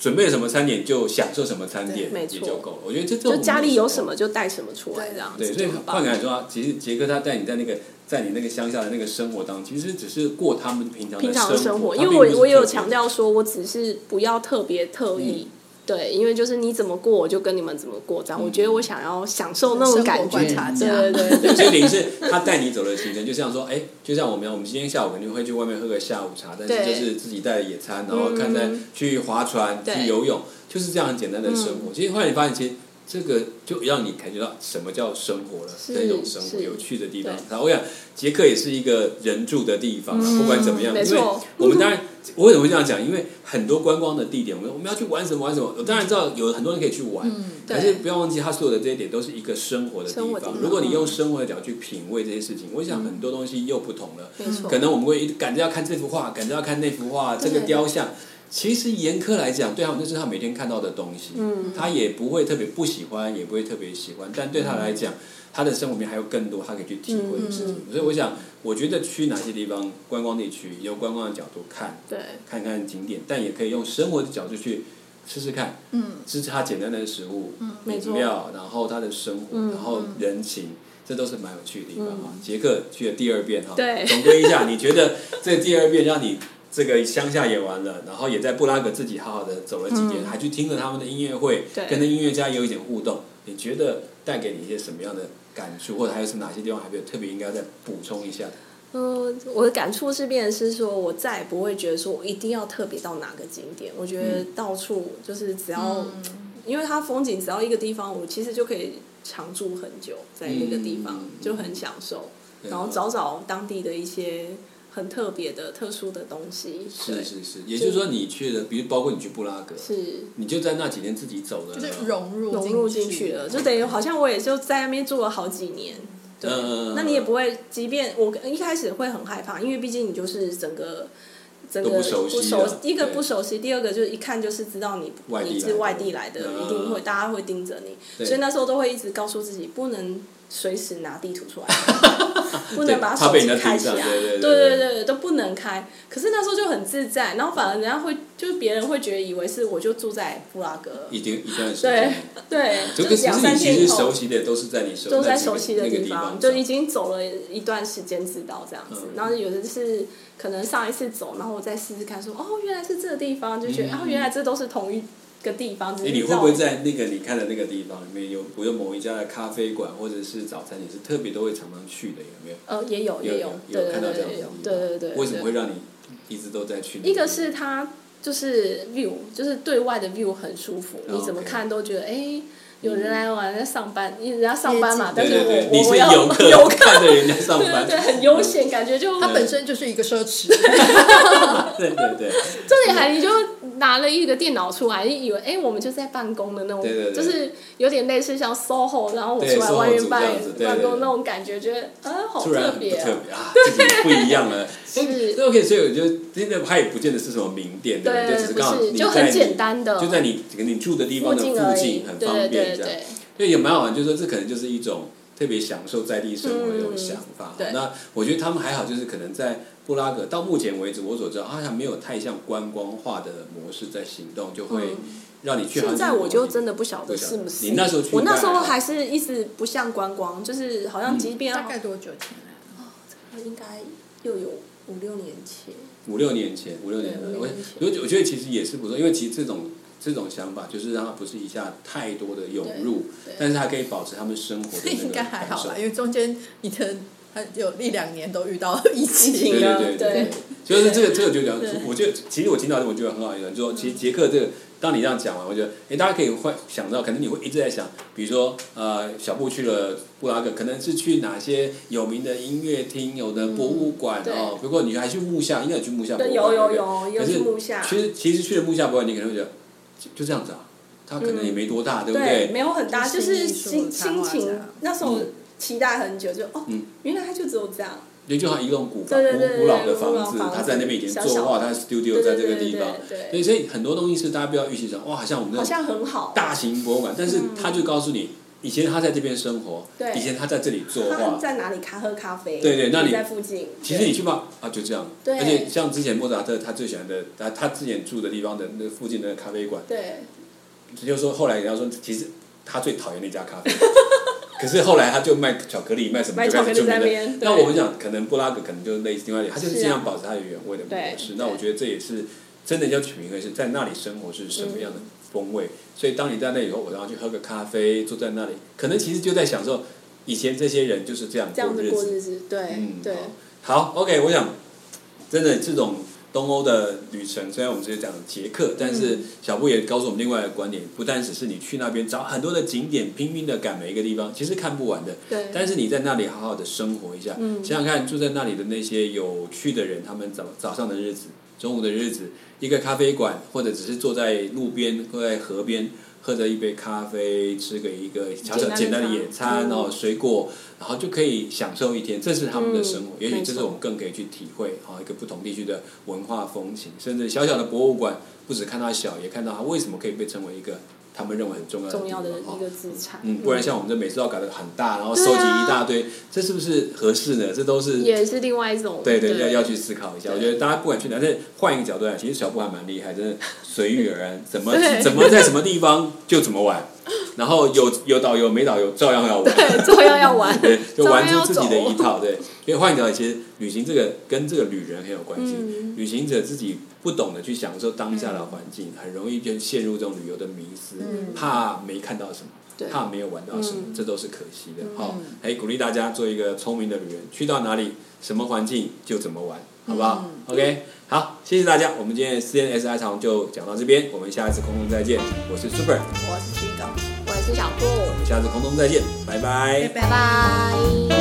Speaker 1: 准备什么餐点就享受什么餐点，
Speaker 3: 对没
Speaker 1: 也
Speaker 3: 错
Speaker 1: 就够了。我觉得这这
Speaker 3: 就
Speaker 1: 种
Speaker 3: 家里有什么就带什么出来这样
Speaker 1: 对，
Speaker 3: 子，
Speaker 1: 所以
Speaker 3: 就很
Speaker 1: 换
Speaker 3: 棒
Speaker 1: 个来说啊，其实杰哥他带你在那个在你那个乡下的那个生活当中，其实只是过他们平常
Speaker 3: 平常的生
Speaker 1: 活，
Speaker 3: 活，
Speaker 1: 他
Speaker 3: 因为
Speaker 1: 并不是
Speaker 3: 我我也有
Speaker 1: 特别嗯
Speaker 3: 强调说，我只是不要特别特意。对，因为就是你怎么过，我就跟你们怎么过。这样，我觉得我想要享受那种感
Speaker 2: 生活
Speaker 3: 觉
Speaker 1: 嗯
Speaker 2: 观。察家，
Speaker 3: 对对对，
Speaker 1: 对，所以等于是他带你走的行程，就像说，哎、就像我们一样，我们今天下午肯定会去外面喝个下午茶，但是
Speaker 3: 对嗯
Speaker 1: 就是自己带野餐，然后看在去划船、
Speaker 3: 对嗯
Speaker 1: 去游泳，就是这样很简单的生活。其实后来你发现，其实这个就让你感觉到什么叫生活了，
Speaker 3: 是
Speaker 1: 那种生活
Speaker 3: 是
Speaker 1: 有趣的地方
Speaker 3: 对。
Speaker 1: 然后我想，捷克也是一个人住的地方啊，不管怎么样，
Speaker 3: 嗯没
Speaker 1: 因为
Speaker 3: 错
Speaker 1: 我们当然，我为什么会这样讲？因为很多观光的地点，我们我们要去玩什么玩什么，我当然知道有很多人可以去玩，
Speaker 3: 对
Speaker 1: 可是不要忘记，它所有的这些点都是一个生活的地
Speaker 3: 生活地
Speaker 1: 方
Speaker 3: 方。嗯
Speaker 1: 如果你用生活的角度去品味这些事情，我想很多东西又不同了。
Speaker 3: 没错，
Speaker 1: 可能我们会一直赶着要看这幅画，赶着要看那幅画，这个雕像。其实严苛来讲，对他们就是他每天看到的东西，
Speaker 3: 嗯
Speaker 1: 他也不会特别不喜欢，也不会特别喜欢，但对他来讲，
Speaker 3: 嗯
Speaker 1: 他的生活里面还有更多他可以去体会的事情。所以我想，我觉得去哪些地方观光地区，由观光的角度看，
Speaker 3: 对，
Speaker 1: 看看景点，但也可以用生活的角度去试试看，
Speaker 2: 嗯，
Speaker 1: 吃吃它简单的食物，
Speaker 3: 嗯没
Speaker 1: 饮
Speaker 3: 错，
Speaker 1: 料，然后他的生活，
Speaker 3: 嗯
Speaker 1: 然后人情，这都是蛮有趣的地方哈。杰克去了第二遍哈，
Speaker 3: 对
Speaker 1: 总归一下，你觉得这第二遍让你这个乡下也玩了，然后也在布拉格自己好好的走了几天，还去听了他们的音乐会，
Speaker 3: 嗯对
Speaker 1: 跟那音乐家有一点互动，你觉得带给你一些什么样的感触，或者还有是哪些地方还没有特别应该再补充一下的？
Speaker 3: 嗯，我的感触是变成是说，我再也不会觉得说我一定要特别到哪个景点。我觉
Speaker 1: 嗯
Speaker 3: 得到处就是只要，因为它风景只要一个地方，我其实就可以常住很久在那个地方，
Speaker 1: 嗯
Speaker 3: 就很享受。
Speaker 1: 对啊
Speaker 3: 然后找找当地的一些很特别的、特殊的东西。对
Speaker 1: 是是是，也就是说你去了，比如包括你去布拉格，
Speaker 3: 是
Speaker 1: 你就在那几天自己走了，
Speaker 2: 就是融入
Speaker 3: 融入进去了，就等于好像我也就在那边住了好几年。对，
Speaker 1: 嗯
Speaker 3: 那你也不会，即便我一开始会很害怕，因为毕竟你就是整个。整个
Speaker 1: 都不熟悉
Speaker 3: 不
Speaker 1: 啊
Speaker 3: 熟，一个
Speaker 1: 对
Speaker 3: 不熟悉，第二个就是一看就是知道你
Speaker 1: 外地
Speaker 3: 你
Speaker 1: 来
Speaker 3: 是
Speaker 1: 的
Speaker 3: 外地来的，
Speaker 1: 嗯
Speaker 3: 一定会大家会盯着你，
Speaker 1: 对
Speaker 3: 所以那时候都会一直告诉自己不能随时拿地 图出来，不
Speaker 1: 对
Speaker 3: 能把
Speaker 1: 怕
Speaker 3: 手
Speaker 1: 被
Speaker 3: 机
Speaker 1: 人家
Speaker 3: 开
Speaker 1: 盯
Speaker 3: 起
Speaker 1: 上，
Speaker 3: 来，
Speaker 1: 对对
Speaker 3: 对
Speaker 1: 对
Speaker 3: 对对，都不能开。可是那时候就很自在，然后反而人家会，就是别人会觉得以为是我就住在布拉格，
Speaker 1: 一定一段时
Speaker 3: 对
Speaker 1: 间。
Speaker 3: 对，
Speaker 1: 就
Speaker 3: 就是
Speaker 1: 可是
Speaker 3: 两
Speaker 1: 你
Speaker 3: 三
Speaker 1: 其实
Speaker 3: 天以
Speaker 1: 熟
Speaker 3: 后
Speaker 1: 悉的都是在你熟
Speaker 3: 都在
Speaker 1: 那几个
Speaker 3: 熟悉的
Speaker 1: 那个
Speaker 3: 地
Speaker 1: 地
Speaker 3: 方，
Speaker 1: 方，
Speaker 3: 就已经走了一段时间，知道这样子
Speaker 1: 嗯。
Speaker 3: 然后有的是可能上一次走，然后我再试试看说，哦，原来是这个地方，就觉得
Speaker 1: 嗯
Speaker 3: 啊，原来这都是同一个地方。啊只
Speaker 1: 哎，
Speaker 3: 是
Speaker 1: 你会
Speaker 3: 绕
Speaker 1: 不会在那个你看的那个地方里面有，比如某一家的咖啡馆或者是早餐，你是特别都会常常去的，有没有？
Speaker 3: 呃，也有也
Speaker 1: 有
Speaker 3: 对对
Speaker 1: 看到这样
Speaker 3: 对
Speaker 1: 子的地方，
Speaker 3: 对对对，
Speaker 1: 为什么
Speaker 3: 对
Speaker 1: 会让你一直都在去那？
Speaker 3: 一个是它就是 view，就是对外的 view 很舒服，
Speaker 1: 哦
Speaker 3: 你怎么
Speaker 1: OK
Speaker 3: 看都觉得哎。有人来玩，在上班，因为人家上班嘛，但
Speaker 1: 对
Speaker 3: 是
Speaker 1: 对
Speaker 3: 我
Speaker 1: 对，
Speaker 3: 我
Speaker 1: 你是
Speaker 3: 我要
Speaker 1: 游客，
Speaker 3: 游客，
Speaker 1: 看着人家上
Speaker 3: 对
Speaker 1: 班
Speaker 3: 对， 对，很悠闲，感觉就
Speaker 2: 它
Speaker 1: 对
Speaker 2: 本身就是一个奢侈，
Speaker 1: 对对对，
Speaker 3: 重点还你就拿了一个电脑出来，就以为哎、我们就在办公的那种，
Speaker 1: 对对对
Speaker 3: 就是有点类似像 SOHO，然后我
Speaker 1: 对
Speaker 3: 出来
Speaker 1: SOHO
Speaker 3: 外面
Speaker 1: 组
Speaker 3: 办
Speaker 1: 这样子对
Speaker 3: 办
Speaker 1: 对对
Speaker 3: 公那种感觉，觉得啊好
Speaker 1: 突然
Speaker 3: 特
Speaker 1: 很不
Speaker 3: 别啊
Speaker 1: 特，别啊，自己不一样了。
Speaker 3: 是
Speaker 1: 那 OK，所以我觉得真的它也不见得是什么名店，对不对？就只是
Speaker 3: 不
Speaker 1: 刚好
Speaker 3: 是
Speaker 1: 你在
Speaker 3: 就很
Speaker 1: 你
Speaker 3: 简单的，
Speaker 1: 就在你你住的地
Speaker 3: 附
Speaker 1: 方的
Speaker 3: 近而
Speaker 1: 附
Speaker 3: 已
Speaker 1: 近，，很
Speaker 3: 对
Speaker 1: 方
Speaker 3: 对
Speaker 1: 便这样。
Speaker 3: 对对，
Speaker 1: 对，也蛮好玩，就是说这可能就是一种特别享受在地生活的一种想法。
Speaker 2: 嗯对
Speaker 1: 那我觉得他们还好，就是可能在布拉格到目前为止，我所知道好像没有太像观光化的模式在行动，就会
Speaker 3: 嗯
Speaker 1: 让你去好像
Speaker 4: 现在我就真
Speaker 1: 的
Speaker 4: 的不晓得是不是。
Speaker 1: 你那时候去，
Speaker 4: 我那时候还是一直不像观光，就是好像即便
Speaker 2: 大概多久前啊？
Speaker 4: 应该又有五六年前，
Speaker 1: 五六年前，五六年前，
Speaker 4: 对五
Speaker 1: 我
Speaker 4: 六年前
Speaker 1: 我觉得我觉得其实也是不错，因为其实这种这种想法就是让它不是一下太多的涌入，但是它可以保持他们生活的
Speaker 2: 这
Speaker 1: 那
Speaker 2: 应
Speaker 1: 个
Speaker 2: 该还
Speaker 1: 感
Speaker 2: 好
Speaker 1: 受
Speaker 2: 吧，。因为中间你可能还有一两年都遇到疫情。
Speaker 1: 对
Speaker 4: 呢
Speaker 3: 啊
Speaker 1: 对对
Speaker 4: 对
Speaker 1: 对，就是这个这个就聊，我觉得其实我听到这个我觉得很好玩，就说其实杰克这个，当你这样讲完，我觉得哎，大家可以会想到，可能你会一直在想，比如说呃，小布去了布拉格，可能是去哪些有名的音乐厅、有的博物馆
Speaker 3: 对
Speaker 1: 哦，不过你还去木下，应该有去木下博物
Speaker 4: 嗯对，
Speaker 1: 馆，
Speaker 4: 有有
Speaker 1: 对不
Speaker 4: 有
Speaker 1: 对
Speaker 4: 有
Speaker 1: 可是
Speaker 4: 去木下，
Speaker 1: 其实其实去了木下博物馆，你可能会觉得就就这样子啊，它可能也没多大，对不对？
Speaker 4: 嗯没有很大，
Speaker 2: 就
Speaker 4: 就是是
Speaker 2: 新
Speaker 4: 心
Speaker 2: 艺术
Speaker 4: 心
Speaker 2: 插
Speaker 4: 情
Speaker 2: 画家
Speaker 4: 那时候
Speaker 1: 嗯
Speaker 4: 期待很久，就哦
Speaker 1: 嗯，
Speaker 4: 原来它就只有这样，
Speaker 1: 也就像一栋古房
Speaker 4: 对对对
Speaker 1: 古古老的
Speaker 4: 古老
Speaker 1: 房子
Speaker 4: 房，子
Speaker 1: 他在那边以前
Speaker 4: 小
Speaker 1: 作
Speaker 4: 小
Speaker 1: 画，
Speaker 4: 的
Speaker 1: 他的 studio
Speaker 4: 对
Speaker 1: 在
Speaker 4: 对
Speaker 1: 这个
Speaker 4: 对
Speaker 1: 地方。
Speaker 4: 对
Speaker 1: 对，
Speaker 4: 对，
Speaker 1: 所以很多东西是大家不要预期成哇，好像我们
Speaker 4: 好
Speaker 1: 那种
Speaker 4: 像很好，
Speaker 1: 大型博物馆，但是他就告诉你，以前他在这边生活，
Speaker 4: 对
Speaker 1: 以前他在这里作
Speaker 4: 他
Speaker 1: 画，
Speaker 4: 在哪里咖喝咖啡，
Speaker 1: 对对那里
Speaker 4: 在附近，
Speaker 1: 其实你去吧，啊就这样。
Speaker 4: 对
Speaker 1: 而且像之前莫扎特他最喜欢的，他他之前住的地方的那附近的咖啡馆，
Speaker 4: 对
Speaker 1: 就是说后来人家说，其实他最讨厌那家 咖啡。可是后来他就卖巧克力，卖什么
Speaker 4: 卖
Speaker 1: 就开
Speaker 4: 巧克
Speaker 1: 始著
Speaker 4: 力
Speaker 1: 名
Speaker 4: 在
Speaker 1: 的
Speaker 4: 那边，
Speaker 1: 那
Speaker 4: 对
Speaker 1: 我们讲，可能布拉格可能就是类似另外一点，它就是
Speaker 4: 是啊
Speaker 1: 尽量保持它的原味的模式
Speaker 4: 对。
Speaker 1: 那我觉得这也是真的要取名，是在那里生活是什么样的风味。所以当你在那以后，我然后去喝个咖啡，坐在那里，可能其实就在享受以前这些人就是这样
Speaker 4: 这样子
Speaker 1: 日
Speaker 4: 过日子，对
Speaker 1: 嗯，
Speaker 4: 对，
Speaker 1: 好好，OK，我想真的这种东欧的旅程，虽然我们只是讲捷克，但是小布也告诉我们另外一个观点，不单只是你去那边找很多的景点，拼命的赶每一个地方，其实看不完的。
Speaker 4: 对嗯
Speaker 1: 但是你在那里好好的生活一下，想想看住在那里的那些有趣的人，他们早早上的日子、中午的日子，一个咖啡馆，或者只是坐在路边或在河边喝着一杯咖啡，吃个一个小小简
Speaker 4: 简
Speaker 1: 单
Speaker 4: 单
Speaker 1: 的
Speaker 4: 的
Speaker 1: 野
Speaker 4: 嗯
Speaker 1: 餐，然后水果，然后就可以享受一天，这是他们的生活。
Speaker 4: 嗯
Speaker 1: 也许这是
Speaker 4: 没错
Speaker 1: 我们更可以去体会啊，一个不同地区的文化风情，甚至小小的博物馆，不只看到它小，也看到它为什么可以被称为一个他们认为很重要的
Speaker 4: 重要的
Speaker 1: 地方
Speaker 4: 一个资产，
Speaker 1: 嗯，不然像我们这每次要搞得很大，然后
Speaker 4: 对啊
Speaker 1: 收集一大堆，这是不是合适呢？这都是
Speaker 3: 也是另外一种
Speaker 1: 对对
Speaker 3: 对
Speaker 1: 要要去思考一下。我觉得大家不管去哪，但是换一个角度来，其实小布还蛮厉害，真的随遇而安， 怎么
Speaker 3: 对
Speaker 1: 怎么在什么地方就怎么玩，然后有有导游没导游照样要玩，
Speaker 3: 对，照样要玩，
Speaker 1: 对， 就
Speaker 3: 照
Speaker 1: 玩
Speaker 3: 样
Speaker 1: 出
Speaker 3: 要
Speaker 1: 自己的一
Speaker 3: 走。
Speaker 1: 套，对。因为换一个角度，其实旅行这个跟这个旅人很有关系，
Speaker 4: 嗯
Speaker 1: 旅行者自己不懂得去享受当下的环境，很容易就陷入这种旅游的迷思，
Speaker 2: 嗯
Speaker 1: 怕没看到什么。
Speaker 4: 对
Speaker 1: 怕没有玩到什么，
Speaker 4: 嗯
Speaker 1: 这都是可惜的。好、哎，鼓励大家做一个聪明的旅人，去到哪里，什么环境就怎么玩，好不好、o
Speaker 4: 嗯
Speaker 1: k 好，谢谢大家，我们今天的 CNSI 长就讲到这边，我们下一次空中再见。我是 Super，
Speaker 2: 我是七狗，
Speaker 3: 我是小布，
Speaker 1: 我们下次空中再见，拜拜
Speaker 3: 拜
Speaker 2: 拜拜。
Speaker 3: 拜。